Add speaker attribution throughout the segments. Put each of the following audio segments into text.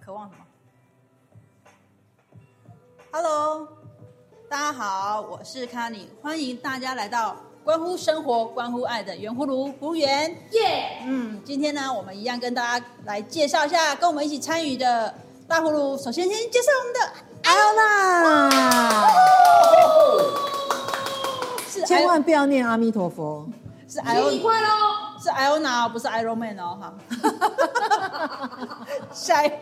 Speaker 1: 渴望什么？Hello，大家好，我是卡尼，欢迎大家来到关乎生活、关乎爱的圆葫芦服务员。
Speaker 2: 耶！
Speaker 1: 嗯，今天呢，我们一样跟大家来介绍一下跟我们一起参与的大葫芦。首先，先介绍我们的艾欧娜，是
Speaker 3: 千
Speaker 1: 艾
Speaker 3: 万不要念阿弥陀佛。
Speaker 1: 是艾
Speaker 2: 新
Speaker 1: 欧
Speaker 2: 年快乐！
Speaker 1: 是 i o n a 哦，不是 Iron Man 哦， 哈。下一位，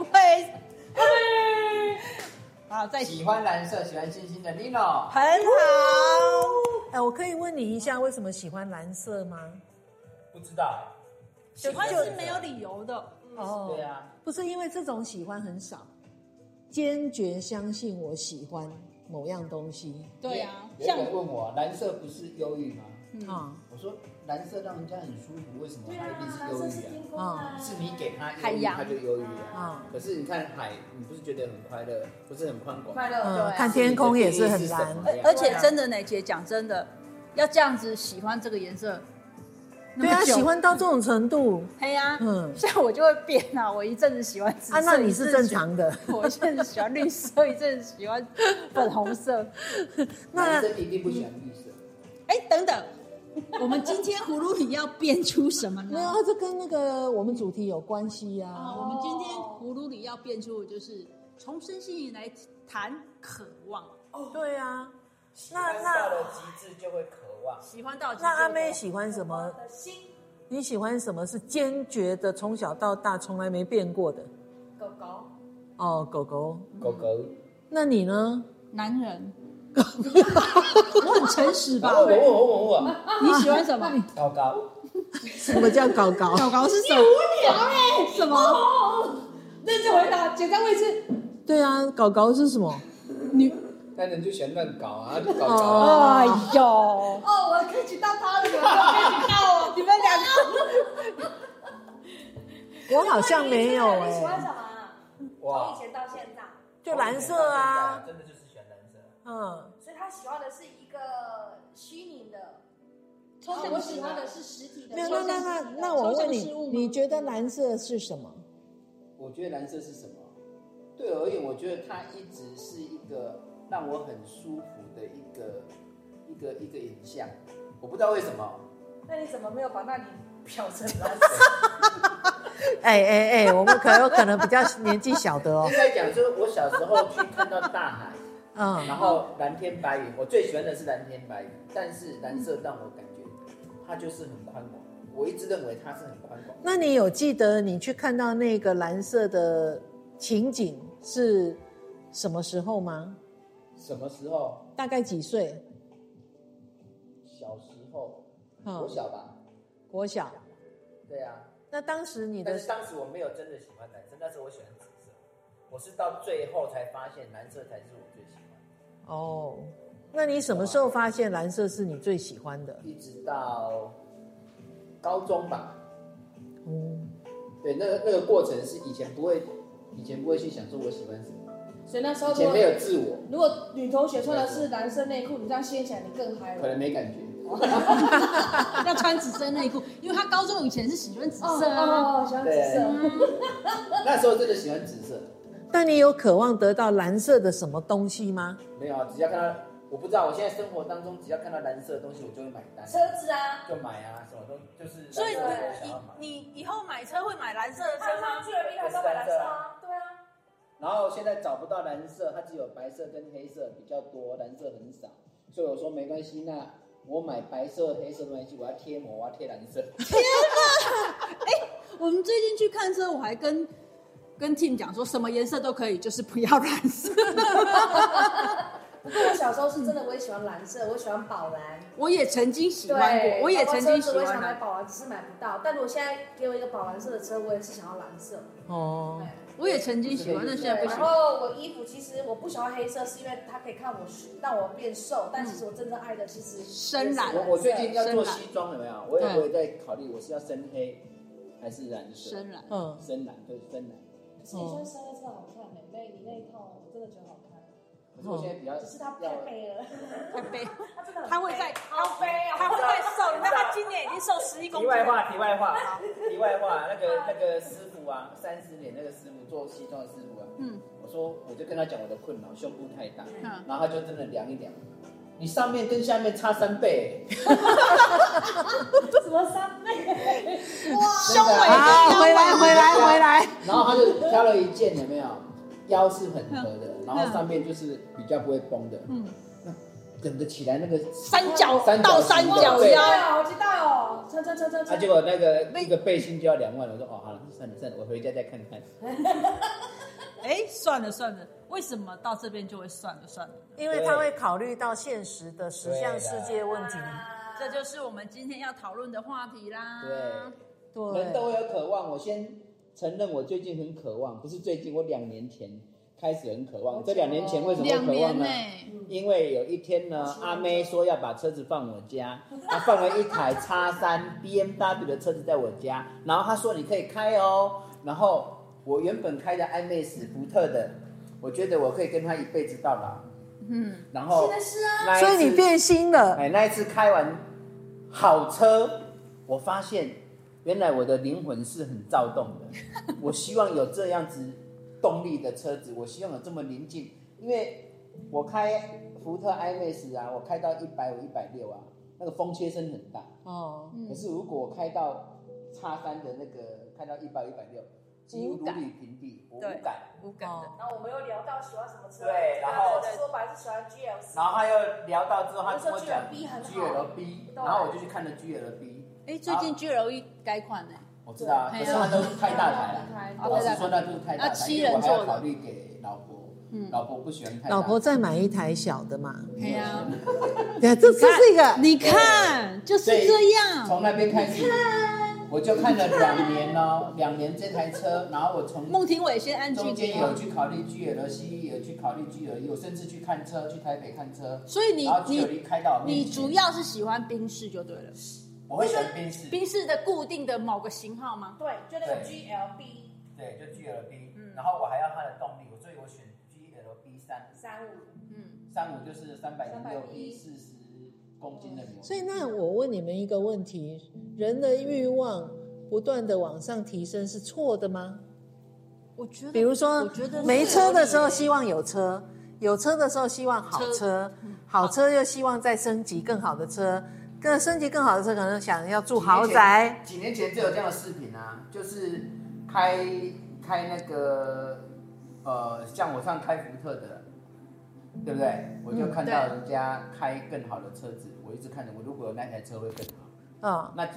Speaker 1: 好，再起，
Speaker 4: 喜欢蓝色、喜欢星星的 Nino，
Speaker 1: 很好。
Speaker 3: 哎，我可以问你一下，为什么喜欢蓝色吗？
Speaker 4: 不知道。
Speaker 1: 喜欢是没有理由的，
Speaker 3: 哦
Speaker 4: 对，啊，
Speaker 3: 不是因为这种喜欢很少，坚决相信我喜欢某样东西
Speaker 1: 对啊，
Speaker 4: 有
Speaker 1: 像
Speaker 4: 人
Speaker 3: 嗯
Speaker 4: 问我，蓝色不是忧郁吗？
Speaker 3: 啊。
Speaker 4: 我说蓝色让人家很舒服，为什么它一定是
Speaker 2: 蓝色是
Speaker 4: 忧郁
Speaker 2: 天
Speaker 4: 啊？
Speaker 2: 空啊，
Speaker 4: 是你给他
Speaker 1: 海
Speaker 4: 忧郁，
Speaker 1: 洋
Speaker 4: 他就忧郁啊
Speaker 3: 啊。
Speaker 4: 可是你看海，你不是觉得很快乐，不是很宽广？
Speaker 2: 快乐
Speaker 3: 嗯
Speaker 2: 对啊
Speaker 3: 看啊天空也是很蓝
Speaker 4: 你的定义是什么
Speaker 1: 而
Speaker 4: 呀
Speaker 1: 而且真的呢，姐讲真的，要这样子喜欢这个颜色，那
Speaker 3: 对
Speaker 1: 么
Speaker 3: 啊，
Speaker 1: 久
Speaker 3: 喜，欢到这种程度，
Speaker 1: 黑呀，
Speaker 3: 嗯，
Speaker 1: 像我就会变啊，我一阵子喜欢紫色，
Speaker 3: 啊，那你
Speaker 1: 一
Speaker 3: 是
Speaker 1: 阵子
Speaker 3: 正常的。
Speaker 1: 喜欢， 我一阵子喜欢绿色，一阵子喜欢粉红色，
Speaker 3: 那
Speaker 4: 男生一定不喜欢绿色。
Speaker 1: 哎，等等，我们今天葫芦里要变出什么
Speaker 3: 没有，啊这跟那个我们主题有关系呀、
Speaker 1: 啊，我们今天葫芦里要变出的就是从身心灵来谈渴望，
Speaker 3: 对啊，那
Speaker 4: 那到
Speaker 3: 那
Speaker 4: 了极致就会渴望。
Speaker 1: 喜欢到极致
Speaker 3: 那阿妹喜欢什么？
Speaker 2: 的心
Speaker 3: 你喜欢什么是坚决的，从小到大从来没变过的？
Speaker 2: 狗狗，
Speaker 3: 哦，狗狗。
Speaker 4: 狗狗，
Speaker 3: 那你 呢？
Speaker 1: 男 人，我很诚实吧？
Speaker 4: 哦我我我我我，
Speaker 1: 你喜欢什么？
Speaker 4: 高高，
Speaker 3: 什么叫狗狗？
Speaker 1: 狗狗是什么？无聊哎，什么？ 认真回答，简单位置，
Speaker 3: 对啊，狗狗是什么？
Speaker 1: 女。
Speaker 4: 但人就喜欢乱搞啊，就搞
Speaker 3: 哦
Speaker 4: 搞。
Speaker 1: 哎呦，
Speaker 2: 哦，我可以举到他了，我可以举到我。
Speaker 1: 你们两个
Speaker 3: 我好像没有
Speaker 2: 你喜
Speaker 3: 哎、
Speaker 2: 欢什么啊？从以
Speaker 4: 哇，
Speaker 2: 前到现在，
Speaker 3: 就蓝色啊，
Speaker 4: 真的就是喜欢蓝色。
Speaker 3: 嗯，
Speaker 2: 所以他喜欢的是一个虚拟的，
Speaker 1: 抽象
Speaker 2: 啊我喜欢的是实体的。
Speaker 3: 没有那
Speaker 2: 抽
Speaker 3: 那
Speaker 2: 象
Speaker 3: 那
Speaker 2: 实体的
Speaker 3: 那我问
Speaker 1: 抽象事
Speaker 3: 你
Speaker 1: 物吗，
Speaker 3: 你觉得蓝色是什么？
Speaker 4: 我觉得蓝色是什么？对我而言，我觉得它一直是一个让我很舒服的一个一个一个影像。我不知道为什么，
Speaker 3: 哦
Speaker 2: 那你怎么没有把那里漂成蓝色？
Speaker 3: 哎哎哎，我们可有可能比较年纪小的哦
Speaker 4: 应，该讲就是我小时候去看到大海，
Speaker 3: 嗯，
Speaker 4: 然后蓝天白云，我最喜欢的是蓝天白云，但是蓝色让我感觉它就是很宽广。我一直认为它是很宽广。
Speaker 3: 那你有记得你去看到那个蓝色的情景是什么时候吗？
Speaker 4: 什么时候？
Speaker 3: 大概几岁？
Speaker 4: 小时候，
Speaker 3: 嗯
Speaker 4: 我小吧？
Speaker 3: 国小。
Speaker 4: 对啊。
Speaker 3: 那当时你
Speaker 4: 但
Speaker 3: 的
Speaker 4: 是当时我没有真的喜欢男生，但是我喜欢紫色。我是到最后才发现蓝色才是我最喜欢的，
Speaker 3: 哦，那你什么时候发现蓝色是你最喜欢的？
Speaker 4: 一直到高中吧。
Speaker 2: 哦
Speaker 3: 嗯。
Speaker 4: 对，那个那个过程是以前不会，以前不会去想说我喜欢什么，
Speaker 2: 所以那时候
Speaker 4: 以
Speaker 2: 如
Speaker 4: 前没
Speaker 2: 果
Speaker 4: 有自我，
Speaker 2: 如果女同学穿的是蓝色内裤，你这样掀起来你更嗨
Speaker 4: 可
Speaker 2: 了。
Speaker 4: 能没感觉。
Speaker 1: 要穿紫色内裤，因为他高中以前是喜欢紫
Speaker 2: 哦
Speaker 1: 色啊。
Speaker 2: 哦，喜欢紫色，
Speaker 4: 那时候真的喜欢紫色，
Speaker 3: 但你有渴望得到蓝色的什么东西吗？
Speaker 4: 没有啊，只要看到，我不知道，我现在生活当中只要看到蓝色的东西，我就会买单，
Speaker 2: 车子啊，
Speaker 4: 就买啊，什么东就是。
Speaker 1: 所以
Speaker 4: 蓝色的我想要买
Speaker 1: 你你以后买车会买蓝色的车
Speaker 2: 他
Speaker 1: 吗
Speaker 2: 他？去了 B 台都买蓝色啊，对啊。
Speaker 4: 然后现在找不到蓝色，它只有白色跟黑色比较多，蓝色很少。所以我说没关系，那我买白色、黑色没关系，我要贴膜，我要贴蓝色。
Speaker 1: 我们最近去看车，我还跟跟 Tim 讲说，什么颜色都可以，就是不要蓝色。
Speaker 2: 不过我小时候是真的，我也喜欢蓝色，我喜欢宝蓝。
Speaker 1: 我也曾经喜
Speaker 2: 对，
Speaker 1: 欢过，我也曾经喜
Speaker 2: 我也想
Speaker 1: 欢啊
Speaker 2: 买
Speaker 1: 蓝，
Speaker 2: 宝蓝，只是买不到。但如果现在给我一个宝蓝色的车，我也是想要蓝色。
Speaker 3: 哦
Speaker 2: 对，
Speaker 1: 我也曾经喜欢，但现在不
Speaker 2: 然
Speaker 1: 行。
Speaker 2: 后我衣服其实我不喜欢黑色，是因为它可以看我让我变瘦，但其实我真正爱的其实
Speaker 1: 嗯深啊蓝
Speaker 4: 我我最近要做西装，有没有？我也我也在考虑，我是要深黑还是蓝色？
Speaker 1: 深蓝，
Speaker 3: 嗯，
Speaker 4: 深蓝对深
Speaker 1: 嗯
Speaker 4: 蓝。
Speaker 2: 其实你穿深黑色好看的，那你那一套我真的觉得好看，
Speaker 4: 可是
Speaker 1: 嗯
Speaker 4: 我现在比较
Speaker 2: 只是它太
Speaker 4: 要
Speaker 2: 肥了，
Speaker 1: 太悲，
Speaker 2: 它真的
Speaker 1: 他会在，
Speaker 2: 好肥 啊，
Speaker 1: 他会在瘦，你看他今年已经瘦十一公斤。
Speaker 4: 题外话，题外话，题外话，那个那个师傅傅啊，三十年那个师傅做西装的师傅啊，
Speaker 1: 嗯
Speaker 4: 我说我就跟他讲我的困扰，胸部太大，
Speaker 1: 嗯，
Speaker 4: 然后他就真的量一量，你上面跟下面差三倍，
Speaker 2: 什么三 倍？
Speaker 1: 胸围跟腰
Speaker 3: 好，
Speaker 1: 围
Speaker 3: 回来回来回来，
Speaker 4: 啊然后他就挑了一件，有没有？腰是很合的，然后上面就是比较不会崩的，
Speaker 1: 嗯，
Speaker 4: 整个起来那个，
Speaker 1: 三角
Speaker 4: 三角
Speaker 1: 倒三角
Speaker 4: 对
Speaker 1: 腰，
Speaker 2: 啊，我知道哦，穿穿穿穿
Speaker 4: 啊，
Speaker 2: 穿
Speaker 4: 结。果那个那个背心就要两万了，我说哦，好了，算了算了，我回家再看看。
Speaker 1: 哎，算了算了，为什么到这边就会算了算了？
Speaker 3: 因为他会考虑到现实的实相世界问题。
Speaker 2: 啊
Speaker 1: 这就是我们今天要讨论的话题啦。
Speaker 4: 对，人
Speaker 3: 对，
Speaker 4: 都会有渴望。我先承认，我最近很渴望，不是最近，我两年前开始很渴望。这两年前为什么
Speaker 1: 两
Speaker 4: 会渴
Speaker 1: 年
Speaker 4: 望
Speaker 1: 呢、啊
Speaker 4: 呢？因为有一天呢，阿妹说要把车子放我 家，她放了一台 x 三 BMW 的车子在我家，然后她说你可以开哦，然后我原本开的艾妹是福特的，我觉得我可以跟她一辈子到老，
Speaker 1: 嗯，
Speaker 4: 然后
Speaker 2: 真的是啊，
Speaker 4: 那一次
Speaker 3: 所以你变心了。
Speaker 4: 哎，那一次开完好车，我发现原来我的灵魂是很躁动的。我希望有这样子动力的车子，我希望有这么宁静，因为我开福特 IMAX 啊，我开到一百五、一百六啊，那个风切声很大。
Speaker 3: 哦，
Speaker 1: 嗯
Speaker 4: 可是如果我开到叉三的那个，开到一百、一百六，几乎如履平地，我无
Speaker 1: 对
Speaker 4: 感。
Speaker 1: 无感
Speaker 4: 哦
Speaker 1: 的。
Speaker 2: 然后我们又聊到喜欢什么车，
Speaker 4: 对然后
Speaker 2: 说白是喜欢 GLC，
Speaker 4: 然后他又聊到之后，他
Speaker 2: 我
Speaker 4: 跟
Speaker 2: 说
Speaker 4: 我讲
Speaker 2: GLB 很好
Speaker 4: GLB，然后我就去看了 GLB。
Speaker 1: 哎、最近 G L E 改款呢、
Speaker 4: 我知道啊，可
Speaker 1: 对
Speaker 4: 是他都是太大台了。
Speaker 1: 啊
Speaker 4: 老
Speaker 1: 对
Speaker 4: 实
Speaker 1: 对
Speaker 4: 说，那就是太大
Speaker 1: 那
Speaker 4: 台，
Speaker 1: 七
Speaker 4: 因为我
Speaker 1: 人
Speaker 4: 还
Speaker 1: 座的
Speaker 4: 要
Speaker 1: 嗯
Speaker 4: 考虑给老婆，老婆不喜欢太大。
Speaker 3: 老婆再买一台小的嘛。
Speaker 1: 哎呀、
Speaker 3: 对，这这是一个
Speaker 1: 你看就是
Speaker 4: 所以
Speaker 1: 这样，
Speaker 4: 从那边开始，我就看了两年哦，两年这台车，然后我从
Speaker 1: 孟庭苇先安
Speaker 4: 中
Speaker 1: 静
Speaker 4: 间
Speaker 1: 点
Speaker 4: 有。去考虑 GLC，有去考虑 GLE，我甚至去看车，去台北看车，
Speaker 1: 所以你
Speaker 4: 然后
Speaker 1: 你
Speaker 4: GLE 开到我面
Speaker 1: 你
Speaker 4: 前
Speaker 1: 主要是喜欢宾士就对了，
Speaker 4: 我会选宾士，
Speaker 1: 宾士的固定的某个型号吗？
Speaker 2: 对，就那个
Speaker 4: 对
Speaker 2: GLB
Speaker 4: 对，就 GLB，
Speaker 1: 嗯
Speaker 4: 然后我还要它的动力，所以我选 GLB 三
Speaker 2: 三五，
Speaker 1: 嗯，
Speaker 4: 三五就是三百零六
Speaker 2: 301
Speaker 4: 匹四十公斤的牛，
Speaker 3: 所以，那我问你们一个问题：人的欲望不断的往上提升是错的吗？
Speaker 1: 我觉得
Speaker 3: 比如说
Speaker 1: 我觉得，是
Speaker 3: 没车的时候希望有车，有车的时候希望好车，好车又希望再升级更好的车，更升级更好的车可能想要住豪宅。
Speaker 4: 几年前就有这样的视频啊，就是开开那个呃，像我上开福特的，对不对？我就看到人家开更好的车子，我一直看着我如果有那台车会更好。
Speaker 3: 嗯
Speaker 4: 那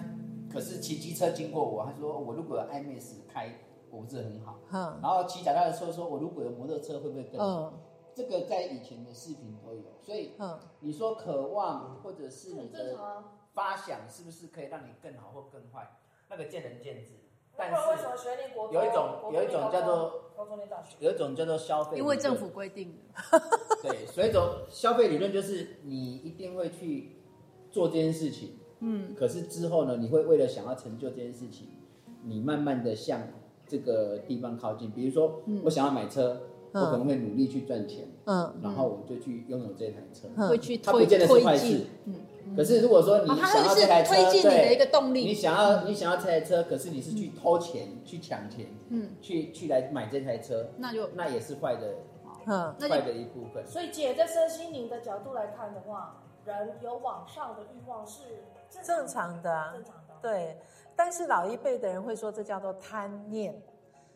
Speaker 4: 可是骑机车经过我，他说我如果有 IMAX 开，我不是很好。
Speaker 3: 嗯
Speaker 4: 然后骑脚踏的时候说，我如果有摩托车会不会更好？
Speaker 3: 嗯
Speaker 4: 这个在以前的视频都有，所以
Speaker 3: 嗯，
Speaker 4: 你说渴望或者是你的
Speaker 2: 啊。
Speaker 4: 发想是不是可以让你更好或更坏，那个见仁见智。
Speaker 2: 那
Speaker 4: 但
Speaker 2: 不然为什
Speaker 4: 是
Speaker 2: 么学念国中
Speaker 4: 有一种有一种叫做
Speaker 2: 高中念大学？
Speaker 4: 有一种叫做消费理论，
Speaker 1: 因为政府规定的，
Speaker 4: 对，所以一种消费理论就是你一定会去做这件事情，
Speaker 1: 嗯，
Speaker 4: 可是之后呢，你会为了想要成就这件事情，你慢慢的向这个地方靠近。比如说，
Speaker 1: 嗯
Speaker 4: 我想要买车，我可能会努力去赚钱，
Speaker 3: 嗯，
Speaker 4: 然后我就去拥有这台车。
Speaker 3: 嗯
Speaker 1: 会去
Speaker 4: 它不
Speaker 1: 推
Speaker 4: 见得是
Speaker 1: 推
Speaker 4: 坏事
Speaker 1: 进，，嗯，
Speaker 4: 可是如果说你
Speaker 1: 啊，它
Speaker 4: 想要
Speaker 1: 会
Speaker 4: 这
Speaker 1: 是
Speaker 4: 台车，
Speaker 1: 推进你的
Speaker 4: 对
Speaker 1: 一个动
Speaker 4: 你
Speaker 1: 力，
Speaker 4: 想
Speaker 3: 嗯
Speaker 4: 要你想要这台车，可是你是去偷钱、去抢钱、
Speaker 1: 嗯，
Speaker 4: 去去来买这台车，
Speaker 1: 那就
Speaker 4: 那也是坏的
Speaker 3: 嗯，
Speaker 1: 那
Speaker 4: 坏
Speaker 1: 就
Speaker 4: 的一部分。
Speaker 2: 所以姐在身心灵的角度来看的话，人有往上的欲望是
Speaker 3: 正常的啊
Speaker 2: 正 常的。
Speaker 3: 对。但是老一辈的人会说这叫做贪念，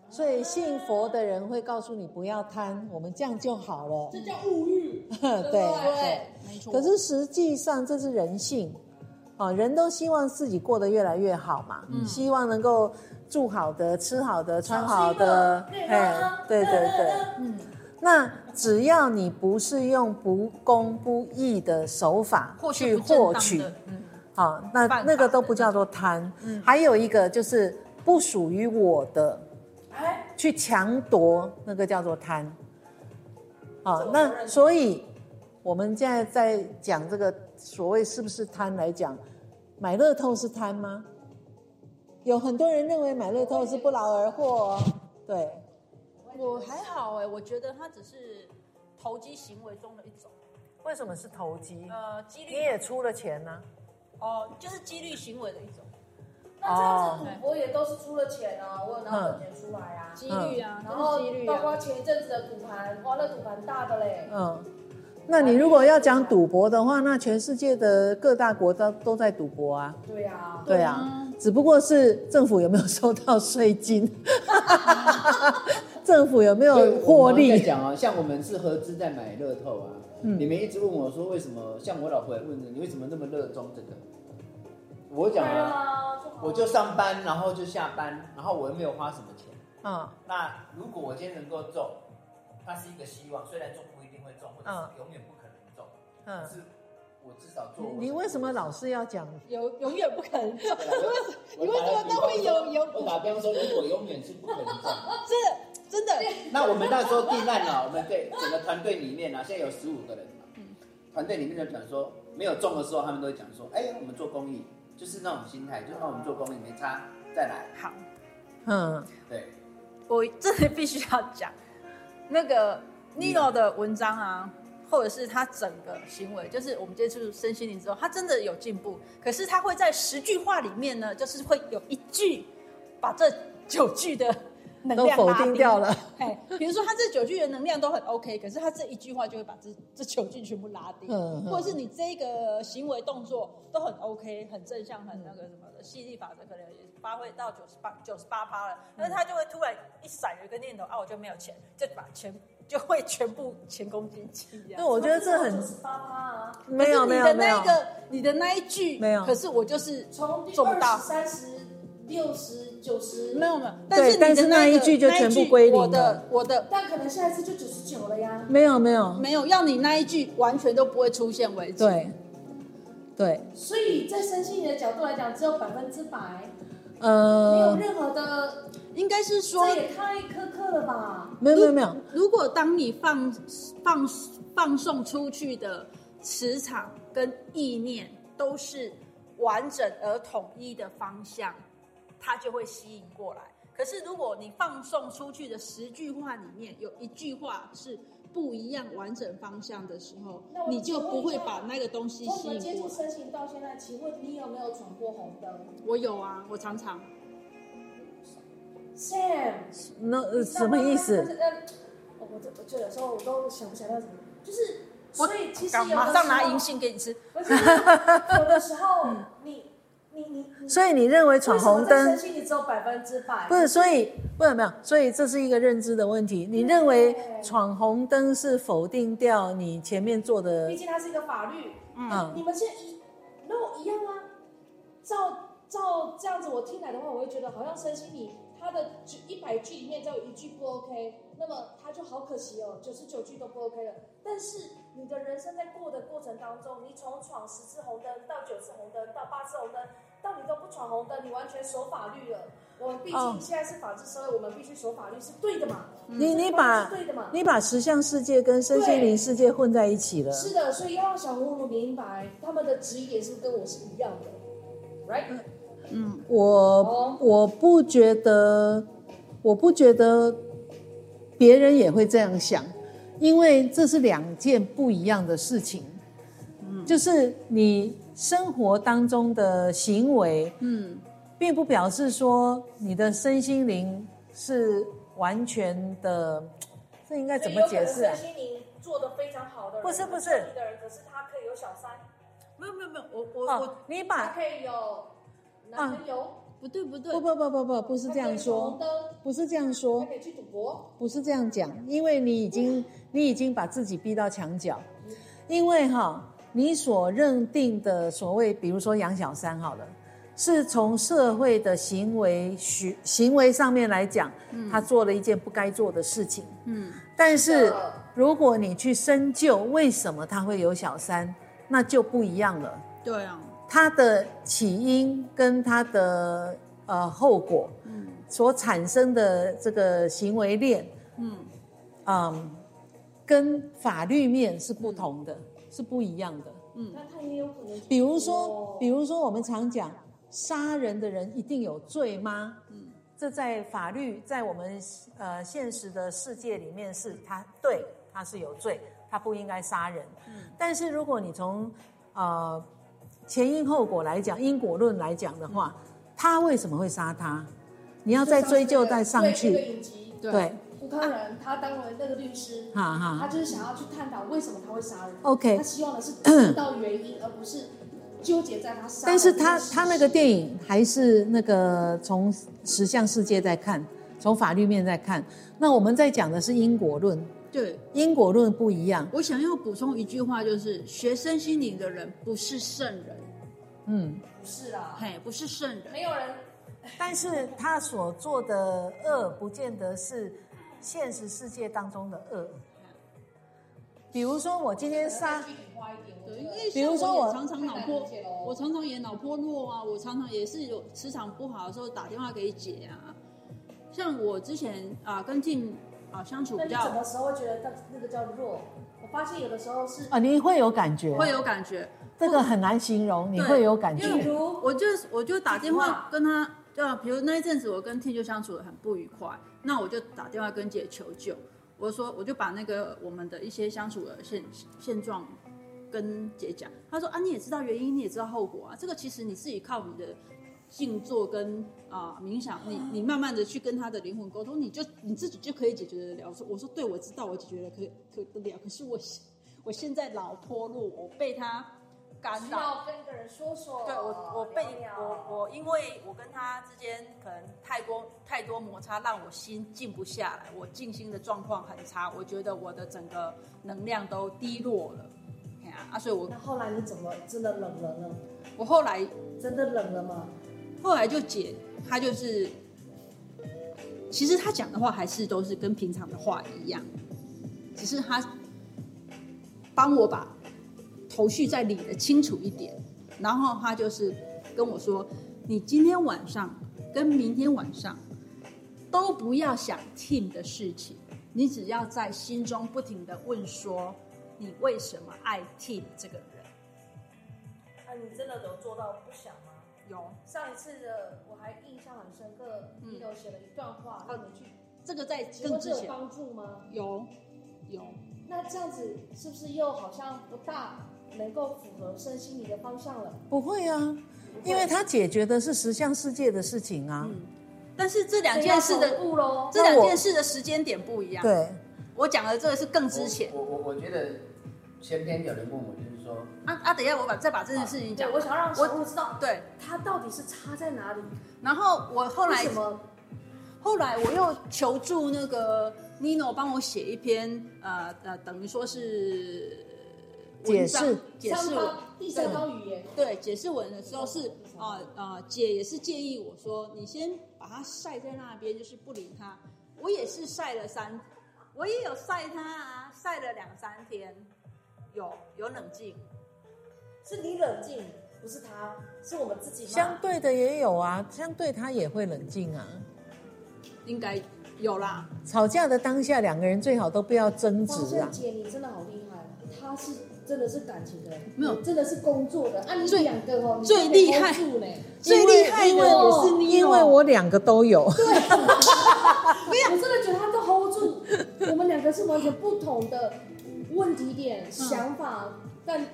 Speaker 3: 所以信佛的人会告诉你不要贪，我们这样就好了。
Speaker 2: 这叫物欲，
Speaker 3: 对
Speaker 2: 对
Speaker 1: 没错。
Speaker 3: 可是实际上这是人性，啊，人都希望自己过得越来越好嘛，
Speaker 1: 嗯
Speaker 3: 希望能够住好的、吃好的、穿好的，
Speaker 1: 啊
Speaker 2: 啊
Speaker 3: 对对对。
Speaker 1: 嗯，
Speaker 3: 那只要你不是用不公不义的手法
Speaker 1: 获取
Speaker 3: 去
Speaker 1: 不正
Speaker 3: 获
Speaker 1: 当
Speaker 3: 取，
Speaker 1: 的，嗯，
Speaker 3: 好，那
Speaker 1: 犯法
Speaker 3: 那个都
Speaker 1: 的嗯
Speaker 3: 不
Speaker 1: 那
Speaker 3: 叫做贪。还有一个就是不属于我的，
Speaker 2: 哎，
Speaker 3: 去强夺，那个叫做贪。
Speaker 2: 这
Speaker 3: 好、
Speaker 2: 我承
Speaker 3: 那
Speaker 2: 认
Speaker 3: 所以我们现在在讲这个所谓是不是贪来讲，买乐透是贪吗？有很多人认为买乐透是不劳而获哦。对，
Speaker 1: 我还好哎、我觉得它只是投机行为中的一种，
Speaker 3: 为什么是投机
Speaker 1: 呃，几率
Speaker 3: 也出了钱呢、啊
Speaker 1: 哦、就是几率行为的一种。
Speaker 2: 那那这样子
Speaker 3: 嗯
Speaker 2: 赌博也都是出了钱啊，我有拿本钱出来啊。
Speaker 1: 几率啊，
Speaker 2: 然
Speaker 1: 都
Speaker 2: 后
Speaker 1: 是几率
Speaker 2: 包
Speaker 1: 啊。
Speaker 2: 括前一阵子的赌盘，哇，那赌盘大的嘞，
Speaker 3: 嗯，那你如果要讲赌博的话，那全世界的各大国都都在赌博啊，
Speaker 2: 对啊，
Speaker 3: 对
Speaker 1: 嗯
Speaker 3: 啊，只不过是政府有没有收到税金，政府有没
Speaker 4: 对
Speaker 3: 有获
Speaker 4: 我们在
Speaker 3: 利？嗯
Speaker 4: 讲啊，像我们是合资在买乐透啊，你们一直问我说为什么，像我老婆也问你，你为什么那么热衷这个？我讲
Speaker 2: 快乐
Speaker 3: 哎
Speaker 4: 啊，
Speaker 2: 啊，好
Speaker 4: 我就上班，然后就下班，然后我又没有花什么钱。
Speaker 3: 啊，
Speaker 4: 那如果我今天能够中，它是一个希望，虽然中不一定会中，或者是永远不可能中，
Speaker 3: 嗯
Speaker 4: 但，是我至少做我的。
Speaker 3: 你为什么老是要讲？
Speaker 1: 有永远不可能中，
Speaker 4: 对啊？ 我
Speaker 1: 你为什么都会有有
Speaker 4: 我打比方说，如果永远是不可能中，
Speaker 1: 这真的
Speaker 4: 那我们那时候定案了，我们对整个团队里面啊，现在有十五个人嘛，团队里面就讲说，没有中的时候，他们都会讲说，哎、我们做公益，就是那种心态，就是哦，我们做公益没差，再来，
Speaker 5: 好，
Speaker 3: 嗯，
Speaker 4: 对，
Speaker 5: 我真的必须要讲，那个 Nino 的文章啊，或者是他整个行为，就是我们接触身心灵之后，他真的有进步。可是他会在十句话里面呢，就是会有一句把这九句的能
Speaker 3: 都
Speaker 5: 量
Speaker 3: 否
Speaker 5: 拉
Speaker 3: 定
Speaker 5: 低
Speaker 3: 掉 了。
Speaker 1: 哎，比如说他这九句的能量都很 OK，可是他这一句话就会把这这九句全部拉低，
Speaker 3: 嗯嗯
Speaker 1: 或者是你这个行为动作都很 OK，很正向，很那个什么的，吸引力法则可能也发挥到九十八九十八趴了，但是他就会突然一闪有一个念头啊，我就没有钱，就把钱就会全部前功尽弃这样。
Speaker 3: 那我觉得这很
Speaker 2: 九十八趴啊，
Speaker 3: 没有
Speaker 1: 可
Speaker 3: 没
Speaker 1: 是你
Speaker 3: 有
Speaker 1: 的
Speaker 3: 没有
Speaker 1: 那一，个你的那一句
Speaker 3: 没有
Speaker 1: 可是我就是
Speaker 2: 从第
Speaker 1: 做不
Speaker 2: 二
Speaker 1: 到
Speaker 2: 十、三十、六十、九十，
Speaker 1: 没有没有，
Speaker 3: 对
Speaker 1: 但是
Speaker 3: 但
Speaker 1: 你
Speaker 3: 是
Speaker 1: 的
Speaker 3: 那
Speaker 1: 那
Speaker 3: 一
Speaker 1: 个
Speaker 3: 句就
Speaker 1: 那一
Speaker 3: 全部
Speaker 1: 句
Speaker 3: 归零
Speaker 1: 我
Speaker 3: 了
Speaker 1: 的我的
Speaker 2: 但可能下一次就九十九了呀。
Speaker 3: 没有没有，
Speaker 1: 没有要你那一句完全都不会出现为止。
Speaker 3: 对对，
Speaker 2: 所以在身心灵的角度来讲，只有百分之百，没有
Speaker 3: 呃，
Speaker 2: 任何的，
Speaker 1: 应该是说
Speaker 2: 这，也太苛刻了吧？
Speaker 3: 没有没有没有，
Speaker 1: 如果当你放放放送出去的磁场跟意念都是完整而统一的方向，它就会吸引过来。可是如果你放送出去的十句话里面有一句话是不一样完整方向的时候
Speaker 2: 那，我
Speaker 1: 你就不会
Speaker 2: 请问一下
Speaker 1: 把那个东西
Speaker 2: 从我
Speaker 1: 吸
Speaker 2: 们
Speaker 1: 引
Speaker 2: 接
Speaker 1: 过
Speaker 2: 触
Speaker 1: 来。
Speaker 2: 身心到现在，请问你有没有闯过红灯
Speaker 1: 我有啊，我常常。
Speaker 2: ？Sam，
Speaker 3: 那呃什么意
Speaker 2: 那
Speaker 3: 思？
Speaker 2: 那那我我我就有时候我都想不起来要怎么，就是
Speaker 5: 我
Speaker 2: 所以其实有
Speaker 5: 刚
Speaker 2: 的时
Speaker 5: 马
Speaker 2: 候
Speaker 5: 上拿银，杏给你吃，
Speaker 2: 不是有的时候你你你你
Speaker 3: 所以你认为闯红
Speaker 2: 为什么在
Speaker 3: 灯
Speaker 2: 身心你只有百分之百，
Speaker 3: 不是？所以不是没有，所以这是一个认知的问题。你认为
Speaker 2: 对
Speaker 3: 闯红灯是否定掉你前面做的
Speaker 2: 毕？竟它是一个法律，
Speaker 3: 嗯
Speaker 2: 你们现在一那我一样啊，照照这样子我听来的话，我会觉得好像身心里他的一百句里面只有一句不 OK，那么他就好可惜哦，九十九句都不 OK 了。但是你的人生在过的过程当中，你从闯十次红灯到九次红灯到八次红灯，到你都不闯红灯，你完全守法律了。我们毕
Speaker 3: 哦
Speaker 2: 竟现在是法治社会，我们必须守法律是对的嘛？
Speaker 3: 你你把
Speaker 2: 是对的嘛？
Speaker 3: 你把十项世界跟身心灵世界混在一起了。
Speaker 2: 是的，所以要让小葫芦明白他们的职业是不是跟我是一样的，right？
Speaker 3: 嗯我
Speaker 2: 哦
Speaker 3: 我不觉得，我不觉得别人也会这样想，因为这是两件不一样的事情。
Speaker 2: 嗯
Speaker 3: 就是你生活当中的行为，
Speaker 1: 嗯，
Speaker 3: 并不表示说你的身心灵是完全的，这应该怎么解释
Speaker 2: 所以有可
Speaker 3: 啊
Speaker 2: 能身？心灵做的非常好的人，
Speaker 3: 不是不是啊
Speaker 2: 很聪明的人，可是他可以有小三，
Speaker 1: 没有没有没有，我我、
Speaker 3: 哦
Speaker 1: 我，
Speaker 3: 你
Speaker 2: 他
Speaker 3: 把
Speaker 2: 可以有男朋友，
Speaker 1: 不对不对
Speaker 3: 不，不不不不，啊不是
Speaker 2: 他可以
Speaker 3: 这样
Speaker 2: 有
Speaker 3: 说
Speaker 2: 红，灯，
Speaker 3: 不是这样
Speaker 2: 他
Speaker 3: 说。
Speaker 2: 可以去赌博，
Speaker 3: 不是这样讲，因为你已经你已经把自己逼到墙角，因为哈，你所认定的所谓，比如说杨小三好了，是从社会的行为行行为上面来讲，他做了一件不该做的事情，
Speaker 1: 嗯，
Speaker 3: 但是
Speaker 2: 是的
Speaker 3: 如果你去深究为什么他会有小三，那就不一样了。
Speaker 1: 对啊，
Speaker 3: 它的起因跟它的呃后果，嗯，所产生的这个行为链，嗯跟法律面是不同的，是不一样的。
Speaker 2: 那他也有可能去赌博。
Speaker 3: 比如说，比如说我们常讲，杀人的人一定有罪吗？嗯，这在法律，在我们呃现实的世界里面是他对他是有罪，他不应该杀人。嗯，但是如果你从呃前因后果来讲，因果论来讲的话，他为什么会杀他？你要再追究再上
Speaker 2: 对嗯这个
Speaker 3: 去，
Speaker 2: 影集，
Speaker 3: 对，
Speaker 2: 胡康仁他当了那个律师，
Speaker 3: 哈
Speaker 2: 他
Speaker 3: 哈
Speaker 2: 就是想要去探讨为什么他会杀人。
Speaker 3: ，OK
Speaker 2: 他。希望的是知道原因，而不是纠结在他杀。
Speaker 3: 但是他他那个电影还是那个从实相世界在看，从法律面在看。那我们在讲的是因果论，
Speaker 1: 对
Speaker 3: 因果论不一样。
Speaker 1: 我想要补充一句话，就是学生心灵的人不是圣人，
Speaker 3: 嗯，
Speaker 2: 不是啦，
Speaker 1: 嘿，不是圣人。
Speaker 2: 没有人
Speaker 3: 但是他所做的恶，不见得是现实世界当中的恶。比如说，我今天杀
Speaker 2: 再具体化一点，我
Speaker 1: 对，
Speaker 2: 觉
Speaker 1: 因
Speaker 2: 得
Speaker 1: 为
Speaker 3: 比如说
Speaker 1: 像
Speaker 3: 我
Speaker 1: 也常常脑
Speaker 2: 太难
Speaker 1: 波
Speaker 2: 理解了哦，
Speaker 1: 我常常也脑波弱啊，我常常也是有磁场不好的时候打电话给姐啊。像我之前啊跟静啊相处
Speaker 2: 那
Speaker 1: 比
Speaker 2: 你什
Speaker 1: 较
Speaker 2: 么时候会觉得那那个叫弱？我发现有的时候是，
Speaker 3: 啊，你会有感觉，
Speaker 1: 会有感觉，
Speaker 3: 这个很难形容，你
Speaker 1: 对
Speaker 3: 会有感
Speaker 1: 因
Speaker 2: 比
Speaker 3: 觉。
Speaker 1: 为
Speaker 2: 如
Speaker 1: 我就我就打电
Speaker 2: 几句
Speaker 1: 话
Speaker 2: 话
Speaker 1: 跟他，就比如那一阵子我跟 T 就相处的很不愉快，那我就打电话跟姐求救，我说我就把那个我们的一些相处的现现状跟姐讲，她说啊你也知道原因，你也知道后果啊，这个其实你自己靠你的静坐跟啊、冥想，你你慢慢的去跟他的灵魂沟通，你就你自己就可以解决得了。我说我说对，我知道我解决了，可可得了，可是我现我现在脑破路，我被他干
Speaker 2: 需
Speaker 1: 扰。
Speaker 2: 要跟一个人说说，
Speaker 5: 对我，我被
Speaker 2: 聊聊
Speaker 5: 我我因为我跟他之间可能太多太多摩擦，让我心静不下来，我静心的状况很差，我觉得我的整个能量都低落了。哎呀啊，所以我
Speaker 2: 那后来你怎么真的冷了呢？
Speaker 5: 我后来
Speaker 2: 真的冷了吗？
Speaker 1: 后来就姐，她就是，其实她讲的话还是都是跟平常的话一样，只是她帮我把头绪再理得清楚一点，然后她就是跟我说，你今天晚上跟明天晚上都不要想 team 的事情，你只要在心中不停的问说，你为什么爱 team 这个人？
Speaker 2: 啊，你真的有做到不想吗？
Speaker 1: 有
Speaker 2: 上一次的我还印象很深刻，你有写了一段话让你去，
Speaker 1: 这个在
Speaker 2: 请问
Speaker 1: 更之
Speaker 2: 这有
Speaker 1: 前
Speaker 2: 帮助吗？
Speaker 1: 有有。
Speaker 2: 那这样子是不是又好像不大能够符合身心灵的方向了？
Speaker 3: 不会啊，因为他解决的是实相世界的事情啊。
Speaker 1: 嗯，但是这两件事的
Speaker 2: 误喽，
Speaker 1: 这两件事的时间点不一样。
Speaker 3: 对，
Speaker 1: 我讲的这个是更嗯之前
Speaker 4: 我我我觉得前天有人问我，就是说，
Speaker 1: 啊啊！等一下，我把再把这件事情
Speaker 2: 哦对
Speaker 1: 讲。
Speaker 2: 我想要让
Speaker 1: 我
Speaker 2: 小鹿知道
Speaker 1: 对，
Speaker 2: 它到底是差在哪里，
Speaker 1: 然后我后
Speaker 2: 为
Speaker 1: 来
Speaker 2: 什么
Speaker 1: 后来我又求助那个 Nino 帮我写一篇呃呃，等于说是文章
Speaker 3: 解
Speaker 1: 解释
Speaker 3: 释
Speaker 2: 三
Speaker 1: 文
Speaker 2: 方第
Speaker 1: 嗯
Speaker 2: 三方语言
Speaker 1: 对解释文的时候是啊啊，姐也是建议我说，你先把它晒在那边，就是不理它。我也是晒了三，我也有晒它啊，晒了两三天，有有冷静。
Speaker 2: 是你冷静，不是他，是我们自己吗
Speaker 3: 相对的也有啊，相对他也会冷静啊。
Speaker 1: 应该有啦。
Speaker 3: 吵架的当下，两个人最好都不要争
Speaker 2: 方
Speaker 3: 执
Speaker 2: 胜
Speaker 3: 啊。
Speaker 2: 姐，你真的好厉害，她是真的是感情的，
Speaker 1: 没有
Speaker 2: 你真的是工作的，啊，你
Speaker 1: 最
Speaker 2: 两个哦，你
Speaker 1: 最厉害
Speaker 2: 真的工作呢，
Speaker 1: 最厉害的
Speaker 3: 因为因为
Speaker 1: 也是你哦
Speaker 3: 因为我两个都有。
Speaker 2: 我真的觉得他都 hold 住，我们两个是完全不同的问题点、
Speaker 3: 嗯
Speaker 2: 想法，但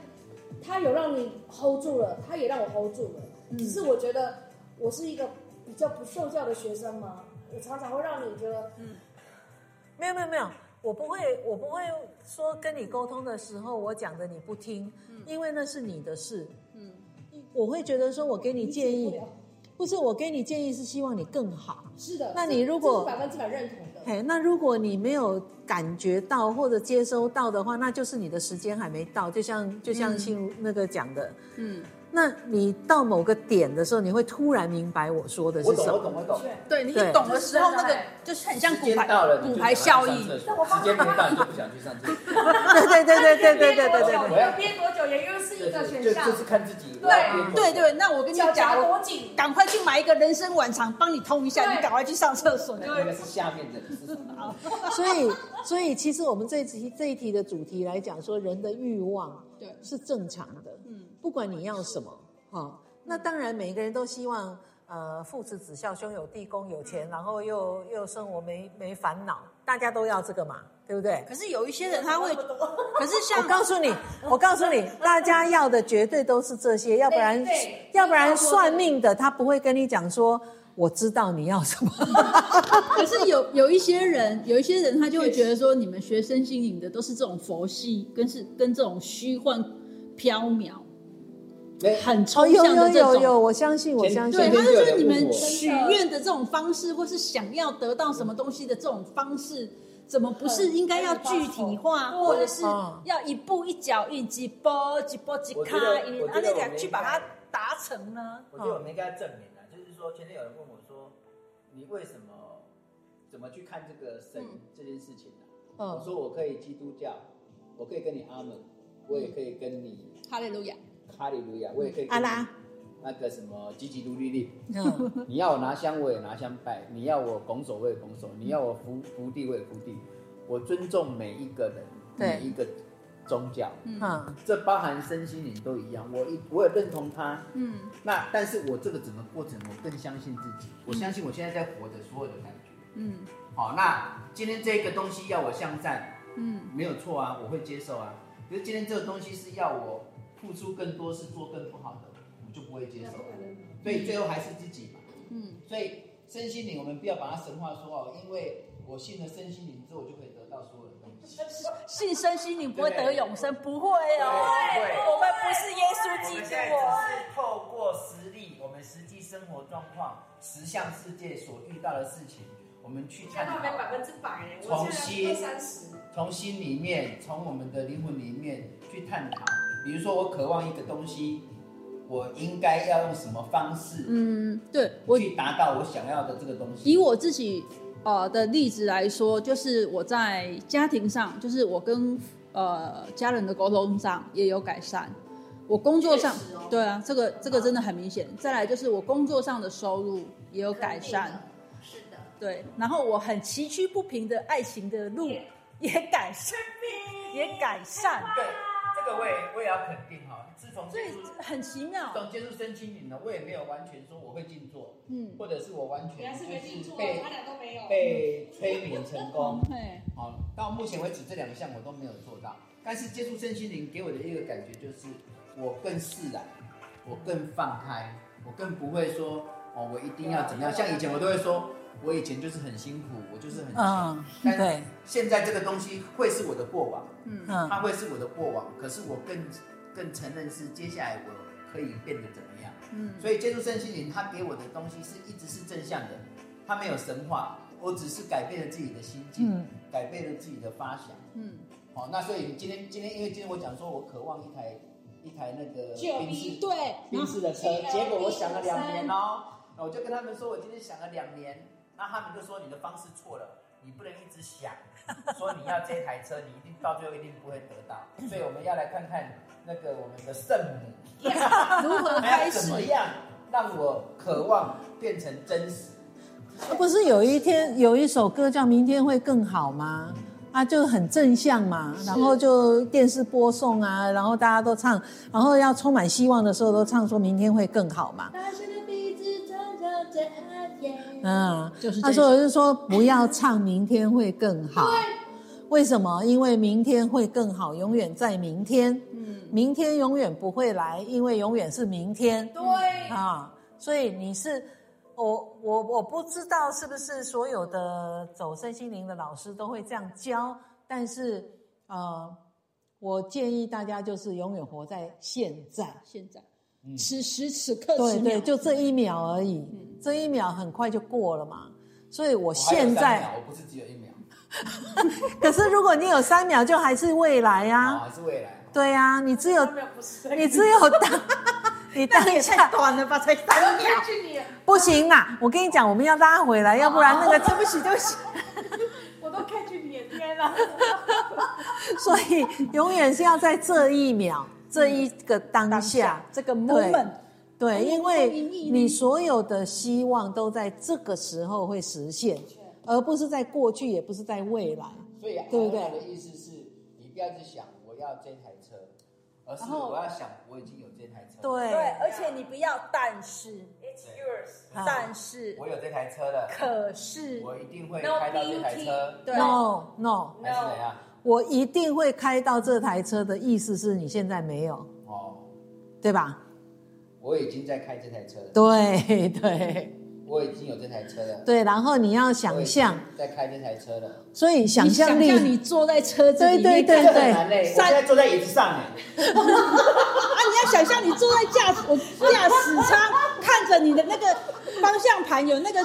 Speaker 2: 他有让你 hold 住了，他也让我 hold 住了。
Speaker 3: 嗯
Speaker 1: 嗯
Speaker 2: 只是我觉得我是一个比较不受教的学生嘛，我常常会让你觉得
Speaker 3: 没有没有没有，我不会，我不会说跟你沟通的时候，我讲的你不听，因为那是你的事。
Speaker 1: 嗯，
Speaker 3: 我会觉得说，我给你建
Speaker 2: 理解不
Speaker 3: 议
Speaker 2: 了，
Speaker 3: 不是我给你建议，是希望你更好。
Speaker 2: 是的。
Speaker 3: 那
Speaker 2: 这
Speaker 3: 你如果
Speaker 2: 这是百分之百认同的，
Speaker 3: 哎，那如果你没有感觉到或者接收到的话，那就是你的时间还没到。就像就像心如那个讲的，
Speaker 1: 嗯，
Speaker 3: 那你到某个点的时候，你会突然明白我说的
Speaker 4: 我
Speaker 3: 是
Speaker 4: 懂
Speaker 3: 什
Speaker 4: 我
Speaker 3: 么。
Speaker 4: 懂我懂，
Speaker 2: 对
Speaker 1: 对你
Speaker 3: 对
Speaker 1: 懂的时候，
Speaker 2: 这
Speaker 1: 那
Speaker 2: 是真的
Speaker 1: 个
Speaker 2: 欸
Speaker 1: 就是很像
Speaker 4: 时
Speaker 1: 骨
Speaker 4: 间
Speaker 1: 牌
Speaker 4: 到了，
Speaker 1: 骨牌效应。
Speaker 4: 时间没到你就不想去上厕所，
Speaker 3: 对对对对对对对对 对。
Speaker 4: 我要
Speaker 2: 憋多久也又是
Speaker 4: 对对就就是看自己。
Speaker 1: 对对，那我跟你
Speaker 2: 脚
Speaker 1: 讲，
Speaker 2: 夹
Speaker 1: 我
Speaker 2: 多紧，
Speaker 1: 赶快去买一个人参晚肠，帮你通一下，
Speaker 2: 对
Speaker 1: 你赶快去上厕所。
Speaker 4: 那个是下面的，是什么？
Speaker 3: 所以，所以其实我们这一题这一题的主题来讲说，人的欲望
Speaker 1: 对
Speaker 3: 是正常的，
Speaker 1: 嗯，
Speaker 3: 不管你要什么，哈、那当然每一个人都希望呃父慈子孝、兄友弟恭、有钱，然后又又生活没没烦恼，大家都要这个嘛，对不对？
Speaker 1: 可是有一些人他会，可是
Speaker 3: 我
Speaker 1: 像
Speaker 3: 告诉你，我告诉你，大家要的绝对都是这些，要不然
Speaker 2: 对对
Speaker 3: 要不然算命的他不会跟你讲说我知道你要什么。
Speaker 1: 可是有有一些人，有一些人他就会觉得说，你们学身心灵的都是这种佛系，跟是跟这种虚幻缥缅、
Speaker 6: 哎
Speaker 1: 很
Speaker 3: 哦，
Speaker 1: 抽
Speaker 3: 有
Speaker 1: 象的
Speaker 3: 有
Speaker 1: 这
Speaker 3: 有有，
Speaker 1: 种。
Speaker 3: 我相信，我相信
Speaker 1: 对，
Speaker 6: 前
Speaker 1: 他
Speaker 6: 天就
Speaker 1: 就
Speaker 6: 有
Speaker 1: 觉得
Speaker 6: 人
Speaker 1: 你
Speaker 6: 问
Speaker 1: 们
Speaker 6: 我
Speaker 1: 许愿的这种方式，或是想要得到什么东西的这种方式，怎么不是应该要具体化，
Speaker 2: 对
Speaker 1: 或者是
Speaker 3: 嗯
Speaker 1: 要一步一脚印，几波几波几
Speaker 4: 我
Speaker 1: 卡
Speaker 4: 觉得
Speaker 1: 一，
Speaker 4: 我
Speaker 1: 啊，
Speaker 4: 觉得
Speaker 1: 那
Speaker 4: 我
Speaker 1: 个
Speaker 4: 们
Speaker 1: 去
Speaker 4: 应
Speaker 1: 把它
Speaker 4: 该
Speaker 1: 达成呢？
Speaker 4: 我觉
Speaker 3: 嗯
Speaker 4: 得我们应该证明了，就是说前天有人问我说，你为什么怎么去看这个神、这件事情呢、
Speaker 3: 嗯
Speaker 4: 我说我可以基督教，我可以跟你阿门，我也可以跟你
Speaker 1: 哈利路亚！
Speaker 4: 哈利路亚，我也可以跟你
Speaker 3: 阿拉
Speaker 4: 那个什么积极独立力。
Speaker 3: 嗯
Speaker 4: 你要我拿香，我也拿香拜；你要我拱手，我也拱手；你要我服服地，我也服地。我尊重每一个人，
Speaker 3: 对
Speaker 4: 每一个宗教，
Speaker 3: 嗯
Speaker 4: 这包含身心灵都一样。我一我也认同他，
Speaker 1: 嗯，
Speaker 4: 那但是我这个整个过程，我更相信自己，我相信我现在在活着所有的感觉。
Speaker 1: 嗯
Speaker 4: 好，那今天这个东西要我向善，
Speaker 1: 嗯
Speaker 4: 没有错啊，我会接受啊。可是今天这个东西是要我付出更多，是做更不好的，我就不会接
Speaker 2: 那
Speaker 4: 受
Speaker 2: 不。可能。
Speaker 4: 所以最后还是自己嘛。
Speaker 1: 嗯，
Speaker 4: 所以身心灵，我们不要把它神化说哦，因为我信了身心灵之后，我就可以得到所有的东西。
Speaker 1: 信身心灵不会得永生，不会哦。
Speaker 4: 对，
Speaker 7: 我们不是耶稣
Speaker 4: 我
Speaker 7: 基
Speaker 4: 们
Speaker 7: 督
Speaker 4: 现在
Speaker 7: 哦，
Speaker 4: 只是透过实力，我们实际生活状况、实相世界所遇到的事情，我们去探
Speaker 2: 他没百
Speaker 4: 讨，
Speaker 2: 分之百耶，我
Speaker 4: 重
Speaker 2: 现在
Speaker 4: 新
Speaker 2: 二三十，
Speaker 4: 从心里面，从我们的灵魂里面去探讨。比如说，我渴望一个东西，我应该要用什么方式
Speaker 1: 嗯，对我
Speaker 4: 去达到我想要的这个东西？
Speaker 1: 以我自己呃的例子来说，就是我在家庭上，就是我跟呃家人的沟通上也有改善。我工作上
Speaker 2: 确实哦，
Speaker 1: 对啊，这个这个真的很明显。再来就是我工作上的收入也有改善，
Speaker 7: 是的，
Speaker 1: 对。然后我很崎岖不平的爱情的路也改善，也改善，
Speaker 4: 对，这个我也我也要肯定哈。自从
Speaker 1: 所以
Speaker 4: 接触
Speaker 1: 很奇妙。
Speaker 4: 自从接触身心灵呢，我也没有完全说我会静坐，
Speaker 1: 嗯，
Speaker 4: 或者是我完
Speaker 2: 原
Speaker 4: 全
Speaker 2: 来是没记住
Speaker 4: 就是
Speaker 2: 啊，
Speaker 4: 被
Speaker 2: 他俩都没有。
Speaker 4: 被催眠成功。
Speaker 1: 对，
Speaker 4: 好，到目前为止这两项我都没有做到，但是接触身心灵给我的一个感觉就是，我更释然，我更放开，我更不会说哦，我一定要怎么样。像以前我都会说，我以前就是很辛苦，我就是很辛苦。
Speaker 3: 嗯，
Speaker 4: 但
Speaker 3: 对，
Speaker 4: 现在这个东西会是我的过往，
Speaker 3: 嗯
Speaker 4: 它会是我的过往，可是我更更承认是接下来我可以变得怎么样。
Speaker 1: 嗯，
Speaker 4: 所以接触身心灵，它给我的东西是一直是正向的，它没有神话，我只是改变了自己的心境，
Speaker 3: 嗯
Speaker 4: 改变了自己的发想。
Speaker 1: 嗯，
Speaker 4: 好，那所以今天今天因为今天我讲说我渴望一台一台那个
Speaker 2: 就有
Speaker 4: 宾
Speaker 2: 一
Speaker 4: 士
Speaker 1: 对，
Speaker 4: 宾士的车
Speaker 2: GLB，
Speaker 4: 结果我想了两年哦，那我就跟他们说我今天想了两年，那他们就说你的方式错了，你不能一直想，说你要这台车，你一定到最后一定不会得到，所以我们要来看看那个我们的圣母。
Speaker 1: 如何
Speaker 4: 还
Speaker 1: 开
Speaker 4: 要
Speaker 1: 始
Speaker 4: 怎？么样让我渴望变成真实？
Speaker 3: 不是有一天有一首歌叫《明天会更好》吗？啊，就很正向嘛，然后就电视播送啊，然后大家都唱，然后要充满希望的时候都唱说明天会更好嘛。
Speaker 2: 大声的鼻子唱着这夜，
Speaker 3: 嗯，
Speaker 1: 就是
Speaker 3: 他
Speaker 1: 这
Speaker 3: 说我就说不要唱明天会更好，为什么？因为明天会更好，永远在明天，
Speaker 1: 嗯，
Speaker 3: 明天永远不会来，因为永远是明天。
Speaker 2: 对，
Speaker 3: 啊，所以你是我我我不知道是不是所有的走身心灵的老师都会这样教，但是呃，我建议大家就是永远活在现在，
Speaker 1: 现在，此时此刻
Speaker 3: 对
Speaker 1: 此
Speaker 3: 对，
Speaker 1: 秒，
Speaker 3: 就这一秒而已，这一秒很快就过了嘛。所以我
Speaker 4: 我还有
Speaker 3: 现
Speaker 4: 三
Speaker 3: 在，
Speaker 4: 秒我不是只有一秒，
Speaker 3: 可是如果你有三秒，就还是未来
Speaker 4: 我
Speaker 3: 啊，
Speaker 4: 哦还是未来。
Speaker 3: 对呀、啊，你只有
Speaker 2: 他们不是
Speaker 3: 你只有当，你当 下
Speaker 1: 短了吧，才三秒。
Speaker 2: 去你，
Speaker 3: 不行啦！我跟你讲，我们要拉回来，要不然那个
Speaker 1: 啊对不起，对不起。
Speaker 2: 我都看去你的天了。
Speaker 3: 所以永远是要在这一秒、这一个当下，
Speaker 1: 这个 moment，哎
Speaker 3: 对，因为
Speaker 1: 这个意义呢
Speaker 3: 你所有的希望都在这个时候会实现，而不是在过去，也不是在未来。
Speaker 4: 所以
Speaker 3: 对不对
Speaker 4: 阿罗的意思是，你不要只想我要这台车，而是我要想我已经有这台车。
Speaker 3: 对
Speaker 7: 对，而且你不要但是，
Speaker 4: 对，
Speaker 1: It's yours，
Speaker 3: 好
Speaker 1: 但是
Speaker 4: 我有这台车了，
Speaker 1: 可是
Speaker 4: 我一定会
Speaker 1: No
Speaker 4: 开到这台车，
Speaker 1: 对
Speaker 3: No No，
Speaker 4: 还是怎样？
Speaker 3: 我一定会开到这台车的意思是你现在没有，
Speaker 4: 哦，
Speaker 3: 对吧？
Speaker 4: 我已经在开这台车了，
Speaker 3: 对对
Speaker 4: 我已经有这台车了，
Speaker 3: 对，然后你要想象，
Speaker 4: 我已经在开这台车了，
Speaker 3: 所以想
Speaker 1: 你
Speaker 3: 象
Speaker 1: 想象
Speaker 3: 力，
Speaker 1: 你坐在车子
Speaker 3: 对
Speaker 1: 里
Speaker 3: 对
Speaker 1: 面，
Speaker 3: 对
Speaker 4: 这很难
Speaker 3: 对，
Speaker 4: 嘞，我现在坐在椅子上哎，
Speaker 1: 啊，你要想象你坐在驾驶我驾驶舱，看着你的那个方向盘有那个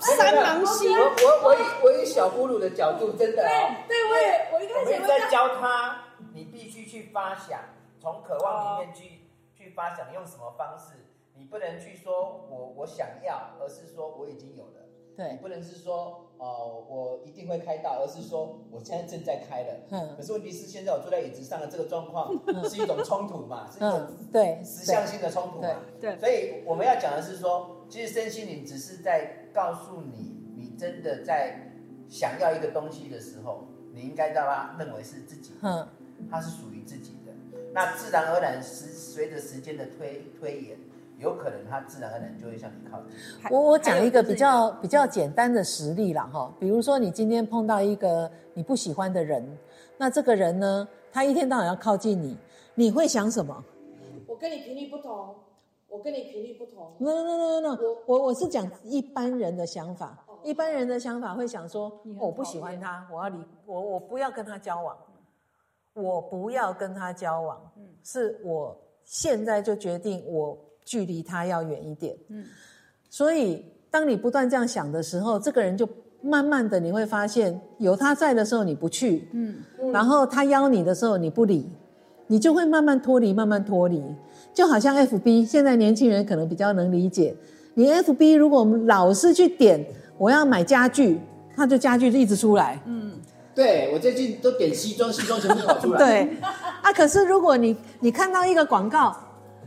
Speaker 1: 三芒星，
Speaker 4: 我我我以我以小俘虏的角度，真的哦。
Speaker 2: 对对，我也我一
Speaker 4: 我
Speaker 2: 开始
Speaker 4: 们一
Speaker 2: 也
Speaker 4: 直
Speaker 2: 会
Speaker 4: 在
Speaker 2: 这样，
Speaker 4: 教他，你必须去发想，从渴望里面去、去发想，用什么方式？你不能去说我我想要，而是说我已经有了。你
Speaker 3: 对，
Speaker 4: 不能是说哦、我一定会开到，而是说我现在正在开了。
Speaker 3: 嗯
Speaker 4: 可是问题是，现在我坐在椅子上的这个状况是一种冲突嘛，是一种
Speaker 3: 嗯，对
Speaker 4: 实
Speaker 3: 对
Speaker 4: 相性的冲突嘛。
Speaker 1: 对对
Speaker 4: 所以我们要讲的是说，其实身心灵只是在告诉你，你真的在想要一个东西的时候，你应该让它认为是自己，
Speaker 3: 嗯，
Speaker 4: 它是属于自己的。那自然而然，时随着时间的推推演，有可能它自然而然就会向你靠近。
Speaker 3: 我我讲一个比较比较简单的实例啦哈，比如说你今天碰到一个你不喜欢的人，那这个人呢，他一天到晚要靠近你，你会想什么
Speaker 2: 我跟你频率不同，我跟你频率不同，
Speaker 3: ？No No No No No，我
Speaker 1: 哦
Speaker 3: 我是讲一般人的想法，一般人的想法会想说，
Speaker 1: 你很
Speaker 3: 哦我不
Speaker 1: 讨
Speaker 3: 喜欢
Speaker 1: 厌
Speaker 3: 他，我要离我我不要跟他交往，
Speaker 1: 嗯
Speaker 3: 我不要跟他交往，是我现在就决定我距离他要远一点，
Speaker 1: 嗯
Speaker 3: 所以，当你不断这样想的时候，这个人就慢慢的你会发现，有他在的时候你不去，
Speaker 1: 嗯，
Speaker 3: 然后他邀你的时候你不理，你就会慢慢脱离，慢慢脱离。就好像 FB，现在年轻人可能比较能理解，你 FB 如果我们老是去点我要买家具，他就家具就一直出来，
Speaker 8: 对我最近都点西装，西装全部跑出来。
Speaker 3: 对，啊，可是如果你你看到一个广告，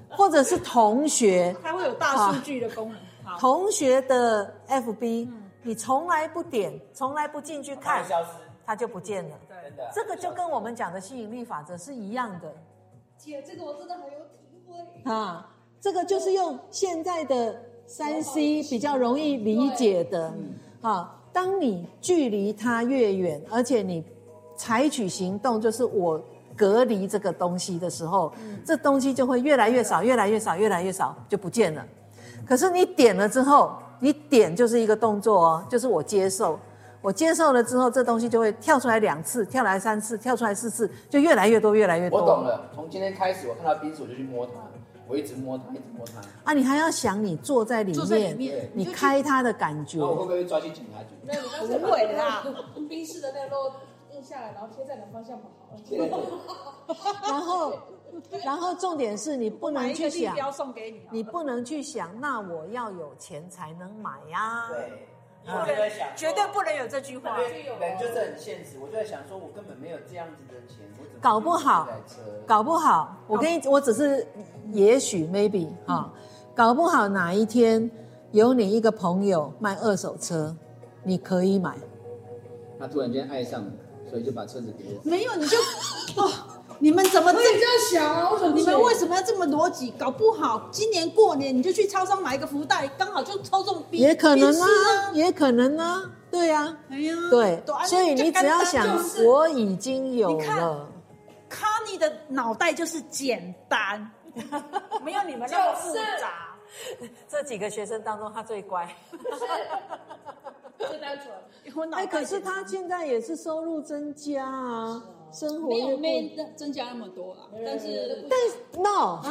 Speaker 3: 或者是同学，
Speaker 1: 它会有大数据的功能。好，
Speaker 3: 同学的 FB，、你从来不点，从来不进去
Speaker 4: 它
Speaker 3: 看
Speaker 4: 会，消失，
Speaker 3: 它就不见了。
Speaker 4: 真的。
Speaker 3: 这个就跟我们讲的吸引力法则是一样的
Speaker 2: 姐，这个我真的很有体会。
Speaker 3: 啊。这个就是用现在的三 C 比较容易理解的。啊，当你距离它越远，而且你采取行动，就是我隔离这个东西的时候，这东西就会越来越少，越来越少，越来越少，就不见了。可是你点了之后，你点就是一个动作哦，就是我接受，我接受了之后，这东西就会跳出来两次，跳来三次，跳出来四次，就越来越多，越来越多。
Speaker 4: 我懂了，从今天开始，我看到冰鼠我就去摸它，我一直摸它，一直摸它。
Speaker 3: 啊！你还要想你坐在里面，
Speaker 1: 坐在里面你
Speaker 3: 你
Speaker 1: 就去
Speaker 3: 开它的感觉
Speaker 4: 那。我会不会被抓去警察局？
Speaker 2: 没有，你刚才
Speaker 1: 不会啦，
Speaker 2: 冰室的那肉印下来，然后贴 在你的方向盘好
Speaker 4: 对
Speaker 2: 了。
Speaker 3: 然后，然后重点是你不
Speaker 1: 我买
Speaker 3: 能
Speaker 1: 一
Speaker 3: 去
Speaker 1: 个地
Speaker 3: 想，
Speaker 1: 标送给你啊，
Speaker 3: 你不能去想，那我要有钱才能买呀、
Speaker 4: 对，因为我就在想说，
Speaker 9: 绝对不能有这句话。
Speaker 4: 因为人就是很现实，我就在想说，我根本没有这样子的钱，我怎么
Speaker 3: 搞不好
Speaker 4: 这台车？
Speaker 3: 搞不好，我跟你，我只是也许 maybe 哈、搞不好哪一天有你一个朋友卖二手车，你可以买。
Speaker 8: 他突然间爱上我，所以就把车子给我。
Speaker 1: 没有你就哦，你们怎么这
Speaker 2: 这样想啊，我怎么
Speaker 1: 你们为什么要这么逻辑？搞不好今年过年你就去超商买一个福袋，刚好就抽中 B，
Speaker 3: 也可能
Speaker 1: 冰
Speaker 3: 啊
Speaker 1: 室，
Speaker 3: 也可能啊，对呀、
Speaker 1: 哎呀，
Speaker 3: 对
Speaker 1: 啊，
Speaker 3: 所以
Speaker 1: 就
Speaker 3: 你只要想
Speaker 1: 干，就是
Speaker 3: 我已经有
Speaker 1: 你看
Speaker 3: 了，
Speaker 1: 康妮的脑袋就是简单，没有你们那么复杂。
Speaker 3: 这几个学生当中他最乖。
Speaker 2: 最单纯？
Speaker 1: 我脑
Speaker 3: 哎，
Speaker 1: 袋
Speaker 3: 可是
Speaker 1: 简单
Speaker 3: 他现在也是收入增加啊，生活
Speaker 1: 没
Speaker 3: 又
Speaker 1: 有
Speaker 3: 不
Speaker 1: 没增加那么多啦，但是
Speaker 3: 但是 no，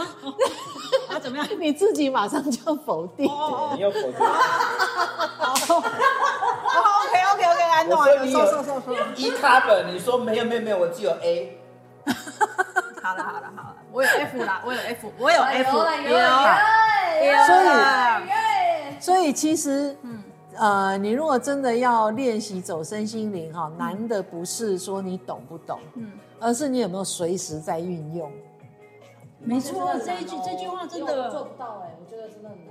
Speaker 1: 啊怎么样？
Speaker 3: 你自己马上就否定。
Speaker 1: 哦
Speaker 4: 你又否定，
Speaker 1: OK OK OK，安
Speaker 4: 我
Speaker 1: 诺
Speaker 4: 哦说你
Speaker 1: 收
Speaker 4: 有
Speaker 1: 收收收。
Speaker 4: 一 cover，你说没有没有没有，我只有 A。
Speaker 9: 好了好了好了，我有 F 啦，我有 F，我有
Speaker 2: 哎
Speaker 9: F，
Speaker 2: 有了有了有
Speaker 3: 所以
Speaker 2: 哎耶！
Speaker 3: 所以其实，嗯，呃，你如果真的要练习走身心灵哈，难的不是说你懂不懂，嗯，而是你有没有随时在运用
Speaker 1: 没错，这一句
Speaker 3: 哦
Speaker 1: 这句话真
Speaker 2: 我做
Speaker 1: 的，
Speaker 2: 不到哎，我觉得真的很难。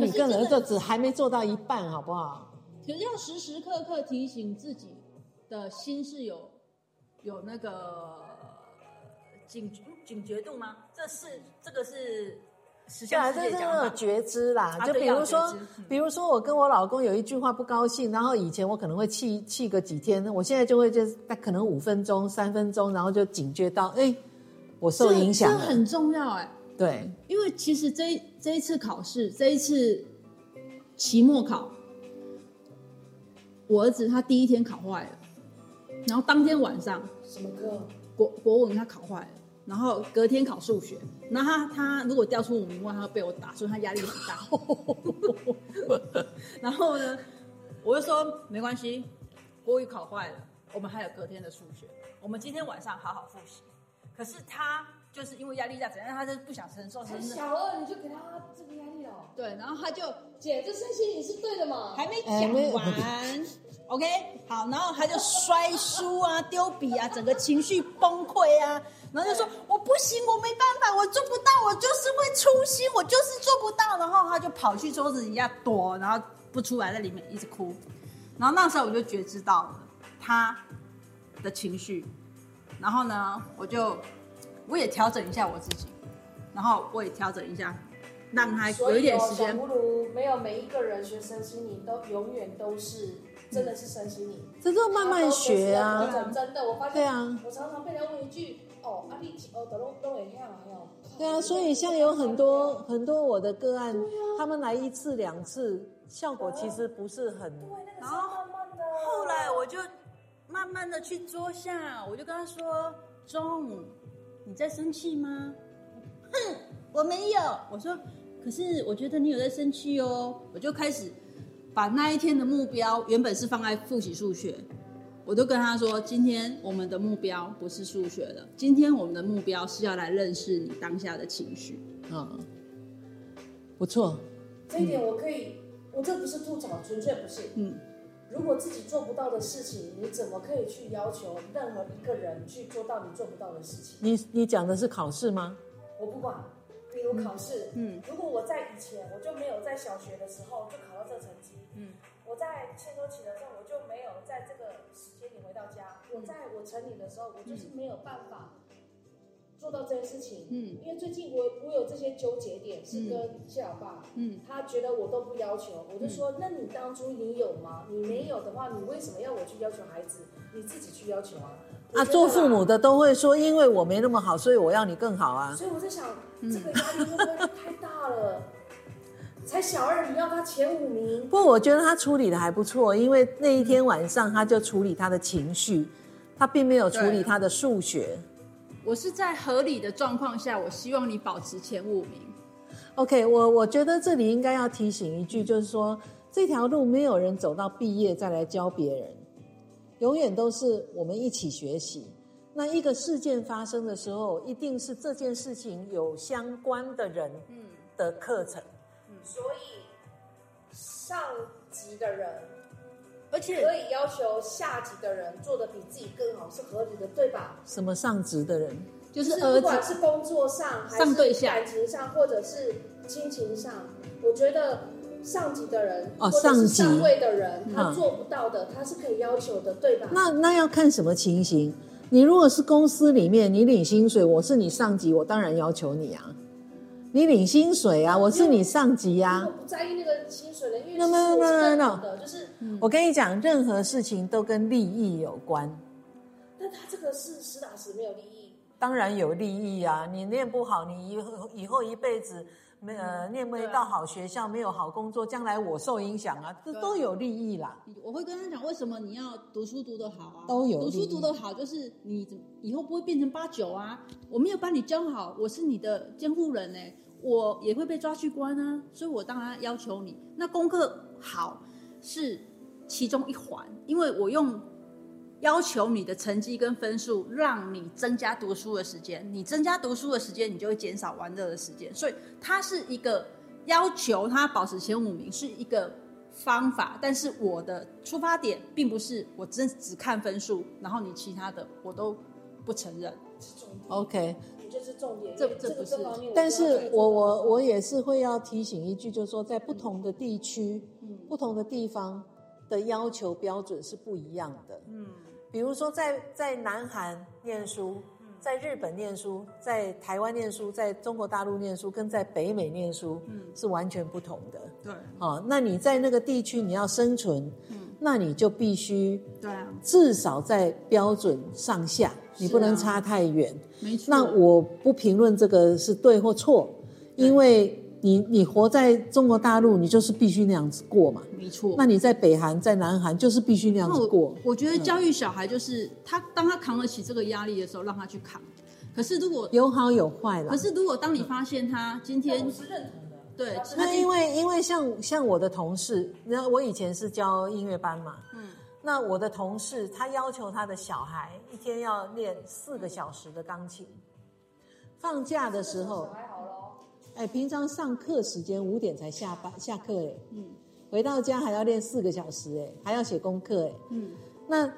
Speaker 1: 可
Speaker 3: 你
Speaker 1: 是
Speaker 3: 个
Speaker 1: 真的
Speaker 3: 人就只还没做到一半，好不好？
Speaker 1: 可是要时时刻刻提醒自己的心是有有那个警警觉度吗？这是这个是
Speaker 5: 实
Speaker 3: 对
Speaker 5: 相
Speaker 3: 啊，
Speaker 5: 世
Speaker 3: 这
Speaker 5: 界
Speaker 3: 真
Speaker 5: 讲
Speaker 3: 的有
Speaker 5: 法，
Speaker 3: 觉知啦。
Speaker 5: 啊
Speaker 3: 就
Speaker 5: 对
Speaker 3: 比
Speaker 5: 要有
Speaker 3: 如
Speaker 5: 觉
Speaker 3: 说
Speaker 5: 知嗯，
Speaker 3: 比如说我跟我老公有一句话不高兴，然后以前我可能会气气个几天，我现在就会就是那可能五分钟、三分钟，然后就警觉到，哎，我受影响
Speaker 1: 这
Speaker 3: 了。
Speaker 1: 很重要哎、
Speaker 3: 对，
Speaker 1: 因为其实这一这一次考试，这一次期末考，我儿子他第一天考坏了，然后当天晚上
Speaker 2: 什么歌？
Speaker 1: 国国文他考坏了，然后隔天考数学，然后他他如果掉出五名外，他会被我打，所以他压力很大。然后呢，我就说没关系，国语考坏了，我们还有隔天的数学，我们今天晚上好好复习。可是他就是因为压力大，怎样他就不想承受，
Speaker 2: 才
Speaker 1: 承受
Speaker 2: 小二你就给他这个压力哦，
Speaker 1: 对，然后他就哎
Speaker 2: 姐，这身心你是对的嘛？
Speaker 1: 还没讲完 ，OK，好，然后他就摔书啊、丢笔啊，整个情绪崩溃啊，然后就说我不行，我没办法，我做不到，我就是会粗心，我就是做不到，然后他就跑去桌子底下躲，然后不出来，在里面一直哭，然后那时候我就觉知到了他的情绪，然后呢，我就我也调整一下我自己，然后我也调整一下，让他
Speaker 2: 所
Speaker 1: 有一
Speaker 2: 以
Speaker 1: 点
Speaker 2: 哦，
Speaker 1: 时
Speaker 2: 小
Speaker 1: 间。
Speaker 2: 葫芦没有每一个人学身心灵都永远都是真的是身心灵，
Speaker 3: 这都慢慢学
Speaker 2: 他都
Speaker 3: 啊。
Speaker 2: 是要调整真的，我发现
Speaker 3: 对啊，
Speaker 2: 我常常被人家问一句，哦，啊你哦，都拢都会晓啊哟。
Speaker 3: 对啊，所以像有很多很多我的个案，他们来一次两次，效果其实不是很。
Speaker 2: 对，那个是慢慢
Speaker 3: 哦
Speaker 2: 的。
Speaker 5: 后来我就慢慢的去桌下，我就跟他说：“钟，
Speaker 1: 你在生气吗？哼，我没有。我说，可是我觉得你有在生气哦。我就开始把那一天的目标，原本是放在复习数学，我都跟他说，今天我们的目标不是数学了，今天我们的目标是要来认识你当下的情绪。
Speaker 3: 嗯，不错，
Speaker 2: 这一点我可以，我这不是吐槽，纯粹不是。
Speaker 1: 嗯，
Speaker 2: 如果自己做不到的事情，你怎么可以去要求任何一个人去做到你做不到的事情？
Speaker 3: 你你讲的是考试吗？
Speaker 2: 我不管，比如考试，
Speaker 1: 嗯，
Speaker 2: 如果我在以前我就没有在小学的时候就考到这个成绩，
Speaker 1: 嗯，
Speaker 2: 我在千多起的时候我就没有在这个时间点回到家，
Speaker 1: 嗯
Speaker 2: 我在我成年的时候我就是没有办法做到这件事情，
Speaker 1: 嗯，
Speaker 2: 因为最近我我有这些纠结点是跟谢老爸，
Speaker 1: 嗯，
Speaker 2: 他觉得我都不要求，我就说、那你当初你有吗？你没有的话，你为什么要我去要求孩子？你自己去要求啊！我
Speaker 3: 啊，
Speaker 2: 觉得
Speaker 3: 做
Speaker 2: 啦
Speaker 3: 父母的都会说，因为我没那么好，所以我要你更好啊。
Speaker 2: 所以我在想，这个压力会不会太大了？才小二，你要他前五名，
Speaker 3: 不过我觉得他处理的还不错，因为那一天晚上他就处理他的情绪，他并没有处理他的数学。
Speaker 1: 我是在合理的状况下，我希望你保持前五名。
Speaker 3: OK，我我觉得这里应该要提醒一句，就是说这条路没有人走到毕业再来教别人，永远都是我们一起学习。那一个事件发生的时候，一定是这件事情有相关的人的课程。
Speaker 2: 所以上级的人
Speaker 5: 而且
Speaker 2: 可以要求下级的人做的比自己更好，是合理的，对吧？
Speaker 3: 什么上职的人，
Speaker 1: 就是
Speaker 2: 不
Speaker 1: 儿
Speaker 2: 管
Speaker 1: 子，
Speaker 2: 是工作上，还
Speaker 1: 上对
Speaker 2: 是
Speaker 1: 下
Speaker 2: 感情上，或者是亲情上，我觉得上级的人，或
Speaker 3: 哦
Speaker 2: 者
Speaker 3: 上
Speaker 2: 是
Speaker 3: 级
Speaker 2: 上位的人，他
Speaker 3: 嗯
Speaker 2: 做不到的，他是可以要求的，对吧？
Speaker 3: 那那要看什么情形。你如果是公司里面，你领薪水，我是你上级，我当然要求你啊。你领薪水啊，我是你上级啊
Speaker 2: 我。不在意那个薪水了，因为
Speaker 3: No,
Speaker 2: 其
Speaker 3: no,
Speaker 2: 实我
Speaker 3: no,
Speaker 2: 是
Speaker 3: no,
Speaker 2: 认
Speaker 3: no.
Speaker 2: 同的，就是。
Speaker 3: 我跟你讲，任何事情都跟利益有关，
Speaker 2: 但他这个是实打实没有利益，
Speaker 3: 当然有利益啊。你念不好，你以后以后一辈子没呃念不到好学校，没有好工作，将来我受影响啊，这都有利益啦。
Speaker 1: 我会跟他讲为什么你要读书读得好啊？
Speaker 3: 都有
Speaker 1: 读
Speaker 3: 利
Speaker 1: 书
Speaker 3: 益
Speaker 1: 读得好，就是你怎么以后不会变成八九啊？我没有把你教好，我是你的监护人呢、我也会被抓去关啊，所以我当然要求你。那功课好是其中一环，因为我用要求你的成绩跟分数，让你增加读书的时间。你增加读书的时间，你就会减少玩乐的时间。所以它是一个要求他保持前五名是一个方法，但是我的出发点并不是我真只看分数，然后你其他的我都不承认。
Speaker 2: 是重点，
Speaker 3: OK，
Speaker 2: 我觉得是重点。
Speaker 1: 这
Speaker 2: 因为
Speaker 1: 这
Speaker 2: 个
Speaker 1: 不是
Speaker 2: 各方面
Speaker 3: 但
Speaker 2: 我
Speaker 3: 是
Speaker 2: 觉得
Speaker 3: 我我我也是会要提醒一句，就是说在不同的地区、不同的地方的要求标准是不一样的。嗯，比如说在在南韩念书，在日本念书、在台湾念书、在中国大陆念书，跟在北美念书，是完全不同的。
Speaker 1: 对
Speaker 3: 好、那你在那个地区你要生存，那你就必须
Speaker 1: 对啊，
Speaker 3: 至少在标准上下，你不能差太远。
Speaker 1: 没错。
Speaker 3: 那我不评论这个是对或错，因为你你活在中国大陆，你就是必须那样子过嘛。
Speaker 1: 没错。
Speaker 3: 那你在北韩、在南韩就是必须那样
Speaker 1: 那
Speaker 3: 子
Speaker 1: 我
Speaker 3: 过。
Speaker 1: 我觉得教育小孩就是他，当他扛得起这个压力的时候，让他去扛。可是如果，
Speaker 3: 有好有坏啦
Speaker 1: 可。是如果当你发现他今天
Speaker 2: 我是认同的。
Speaker 1: 对
Speaker 2: 那
Speaker 1: 他
Speaker 3: 那因
Speaker 1: 今
Speaker 3: 为因为像像我的同事，然后我以前是教音乐班嘛，
Speaker 1: 嗯，
Speaker 3: 那我的同事他要求他的小孩一天要练四个小时的钢琴，放假的时候
Speaker 2: 小，孩好咯
Speaker 3: 哎，平常上课时间五点才下班下课哎，嗯，回到家还要练四个小时哎，还要写功课哎，嗯，那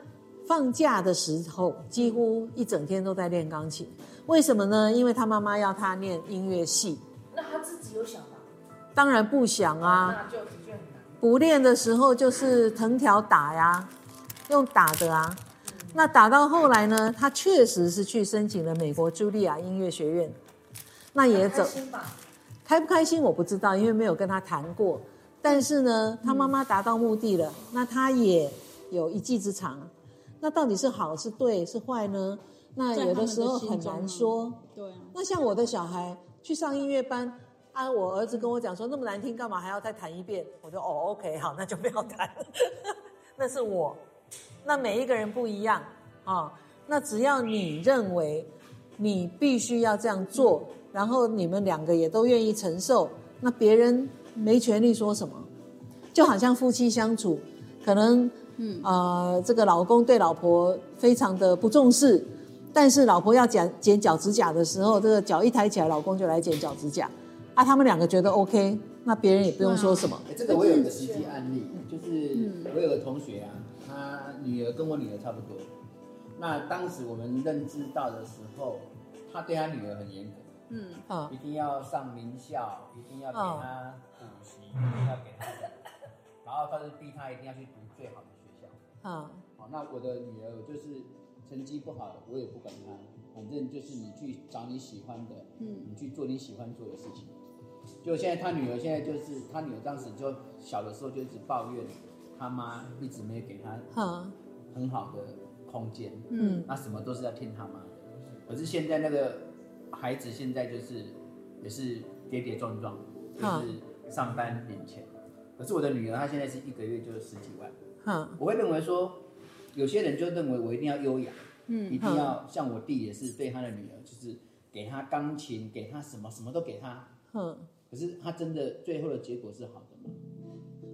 Speaker 3: 放假的时候几乎一整天都在练钢琴，为什么呢？因为他妈妈要他念音乐系，
Speaker 2: 那他自己有想法，
Speaker 3: 当然不想啊，
Speaker 2: 那就的确很难。
Speaker 3: 不练的时候就是藤条打呀，用打的啊。那打到后来呢，他确实是去申请了美国茱莉亚音乐学院，那也走
Speaker 2: 开心吧，
Speaker 3: 开不开心我不知道，因为没有跟他谈过。但是
Speaker 1: 嗯
Speaker 3: 呢，他妈妈达到目的了，那他也有一技之长。那到底是好是对是坏呢？那
Speaker 1: 在
Speaker 3: 有
Speaker 1: 他们
Speaker 3: 时候
Speaker 1: 心
Speaker 3: 很
Speaker 1: 中
Speaker 3: 难
Speaker 1: 啊
Speaker 3: 说。
Speaker 1: 对啊，
Speaker 3: 那像我的小孩去上音乐班，啊，我儿子跟我讲说那么难听，干嘛还要再弹一遍？我就哦，OK，好，那就不要弹。 那是我，那每一个人不一样啊、那只要你认为你必须要这样做，然后你们两个也都愿意承受，那别人没权利说什么。就好像夫妻相处，可能嗯呃，这个老公对老婆非常的不重视，但是老婆要剪剪脚趾甲的时候，这个脚一抬起来，老公就来剪脚趾甲。啊，他们两个觉得 OK，那别人也不用说什么。
Speaker 4: 哎这个我有一个实际案例，就是我有个同学啊，他女儿跟我女儿差不多。那当时我们认知到的时候，他对他女儿很严格，
Speaker 1: 嗯，
Speaker 3: 啊
Speaker 4: 一定要上名校，一定要给她补习，一定要给她什么，然后他就逼他一定要去读最好的学校。
Speaker 3: 啊
Speaker 4: 好，那我的女儿我就是成绩不好，我也不管她，反正就是你去找你喜欢的，嗯，你去做你喜欢做的事情。就现在，她女儿现在就是她女儿当时就小的时候就一直抱怨，她妈一直没有给她
Speaker 3: 啊
Speaker 4: 很好的空间，
Speaker 3: 嗯
Speaker 4: 那什么都是要听她妈的。可是现在那个孩子现在就是也是跌跌撞撞，就是上班领钱。可是我的女儿她现在是一个月就是十几万。
Speaker 3: 啊
Speaker 4: 我会认为说，有些人就认为我一定要优雅，嗯，一定要像我弟也是对他的女儿，就是给他钢琴，给他什么什么都给他。
Speaker 3: 啊！
Speaker 4: 可是他真的最后的结果是好的吗？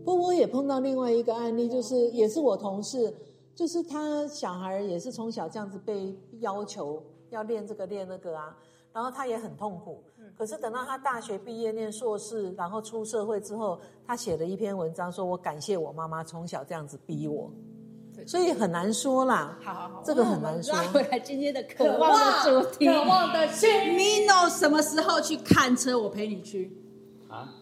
Speaker 3: 不过我也碰到另外一个案例，就是也是我同事，就是他小孩也是从小这样子被要求要练这个练那个啊，然后他也很痛苦。
Speaker 10: 嗯
Speaker 3: 可是等到他大学毕业念硕士，然后出社会之后，他写了一篇文章，说我感谢我妈妈从小这样子逼我，所以很难说啦。
Speaker 10: 嗯好好好，
Speaker 3: 这个很难说
Speaker 10: 拉回来今天的渴
Speaker 1: 渴
Speaker 10: 望的主题，
Speaker 2: 渴望的幸运
Speaker 1: Mino 什么时候去看车？我陪你去，
Speaker 4: 啊？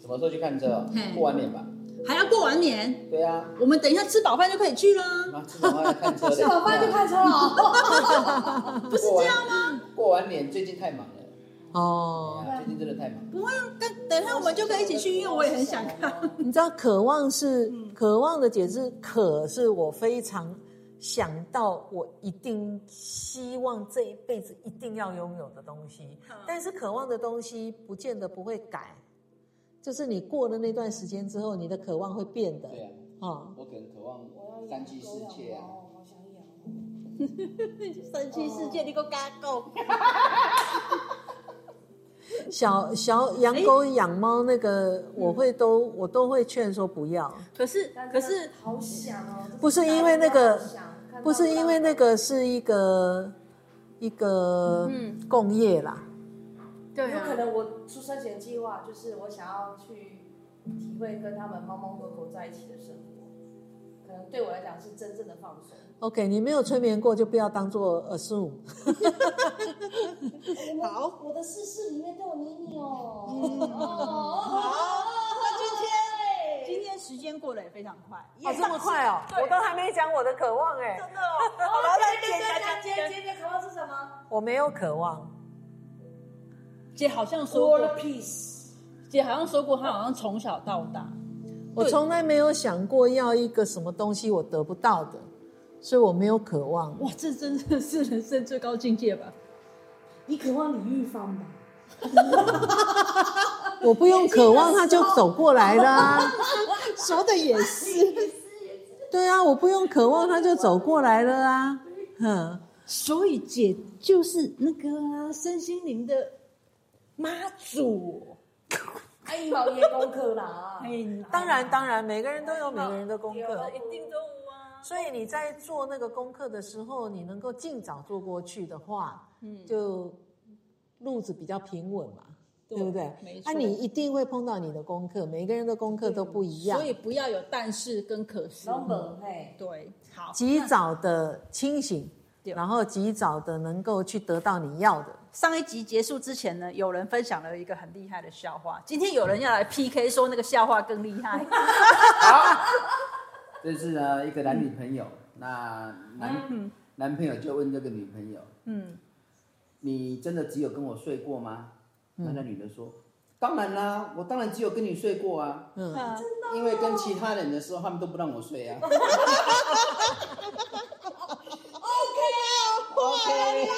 Speaker 4: 什么时候去看车哦
Speaker 1: 嘿？
Speaker 4: 过完年吧。
Speaker 1: 还要过完年，
Speaker 4: 对啊，
Speaker 1: 我们等一下吃饱饭就可以去啦。
Speaker 4: 妈吃完饭要看车的。
Speaker 2: 吃饱饭就看车了哦。
Speaker 4: 不是这样吗？过完年最近太忙了，
Speaker 3: 哦，
Speaker 4: 哎呀最近真的太忙。
Speaker 1: 不会啊，但等一下我们就可以一起去，因为我也很想看。
Speaker 3: 你知道渴望是、
Speaker 2: 嗯
Speaker 3: 渴望的解释，渴是我非常想到，我一定希望这一辈子一定要拥有的东西。
Speaker 2: 嗯
Speaker 3: 但是渴望的东西不见得不会改，就是你过了那段时间之后，你的渴望会变的。
Speaker 4: 对啊，
Speaker 3: 哦，
Speaker 4: 我可能渴
Speaker 2: 我
Speaker 4: 望
Speaker 2: 要
Speaker 4: 三
Speaker 2: 养
Speaker 4: 妻
Speaker 2: 狗
Speaker 4: 四
Speaker 2: 养
Speaker 4: 妾啊。
Speaker 2: 猫，好想养。
Speaker 10: 神奇世界你给我嘎够。
Speaker 3: 小小
Speaker 2: 哎
Speaker 3: 养狗养猫那个，
Speaker 2: 嗯
Speaker 3: 我会都我都会劝说不要，
Speaker 1: 可是，可是
Speaker 2: 好想哦。
Speaker 3: 不是因为那个
Speaker 2: 好想看到
Speaker 3: 不是因为那个是一个一个
Speaker 2: 嗯
Speaker 3: 共业啦。
Speaker 1: 对
Speaker 2: 有可能我出生前计划就是我想要去体会跟他们猫猫狗狗在一起的生活，可能对我来讲是真正的放松。
Speaker 3: OK，你没有催眠过就不要当做 assume。
Speaker 2: 好，我的世事里面都有妮妮哦。哦，好，今
Speaker 1: 今天时间过得也非常快，
Speaker 3: 哦，这么快哦！我都还没讲我的渴望哎。
Speaker 2: 天好了，来，姐姐姐姐，渴望是什么？
Speaker 3: 我没有渴望。
Speaker 1: 姐好像说
Speaker 2: World
Speaker 1: 过，
Speaker 2: peace，
Speaker 1: 姐好像说过，她好像从小到大，
Speaker 3: 我从来没有想过要一个什么东西我得不到的，所以我没有渴望。
Speaker 1: 哇，这真的是人生最高境界吧？
Speaker 2: 你渴望李玉芳吧？
Speaker 3: 我不用渴望，他就走过来了、啊。说的也是，对啊，我不用渴望，他就走过来了啊。哼，
Speaker 1: 所以姐就是那个啊，身心灵的妈祖。
Speaker 2: 哎呀，我也功课啦。
Speaker 1: 哎，
Speaker 3: 当然当然，每个人都有每个人的功
Speaker 2: 有
Speaker 3: 课
Speaker 2: 的，一定
Speaker 5: 都有啊。
Speaker 3: 所以你在做那个功课的时候，你能够尽早做过去的话，嗯，就路子比较平稳嘛，对不对？
Speaker 1: 没
Speaker 3: 那、
Speaker 1: 错
Speaker 3: 你一定会碰到你的功课，每个人的功课都不一样，
Speaker 1: 所以不要有但是跟可是。
Speaker 2: number 嘿，
Speaker 1: 对，好，
Speaker 3: 及早的清醒，
Speaker 5: 对
Speaker 3: 然后及早的能够去得到你要的。
Speaker 5: 上一集结束之前呢，有人分享了一个很厉害的笑话，今天有人要来 PK 说那个笑话更厉害。
Speaker 4: 这是呢一个男女朋友，那男、男朋友就问这个女朋友，
Speaker 5: 嗯，
Speaker 4: 你真的只有跟我睡过吗？那那女的说，当然啦、我当然只有跟你睡过啊，
Speaker 3: 嗯，
Speaker 5: 啊
Speaker 4: 因为跟其他人的时候他们都不让我睡啊。OK，OK，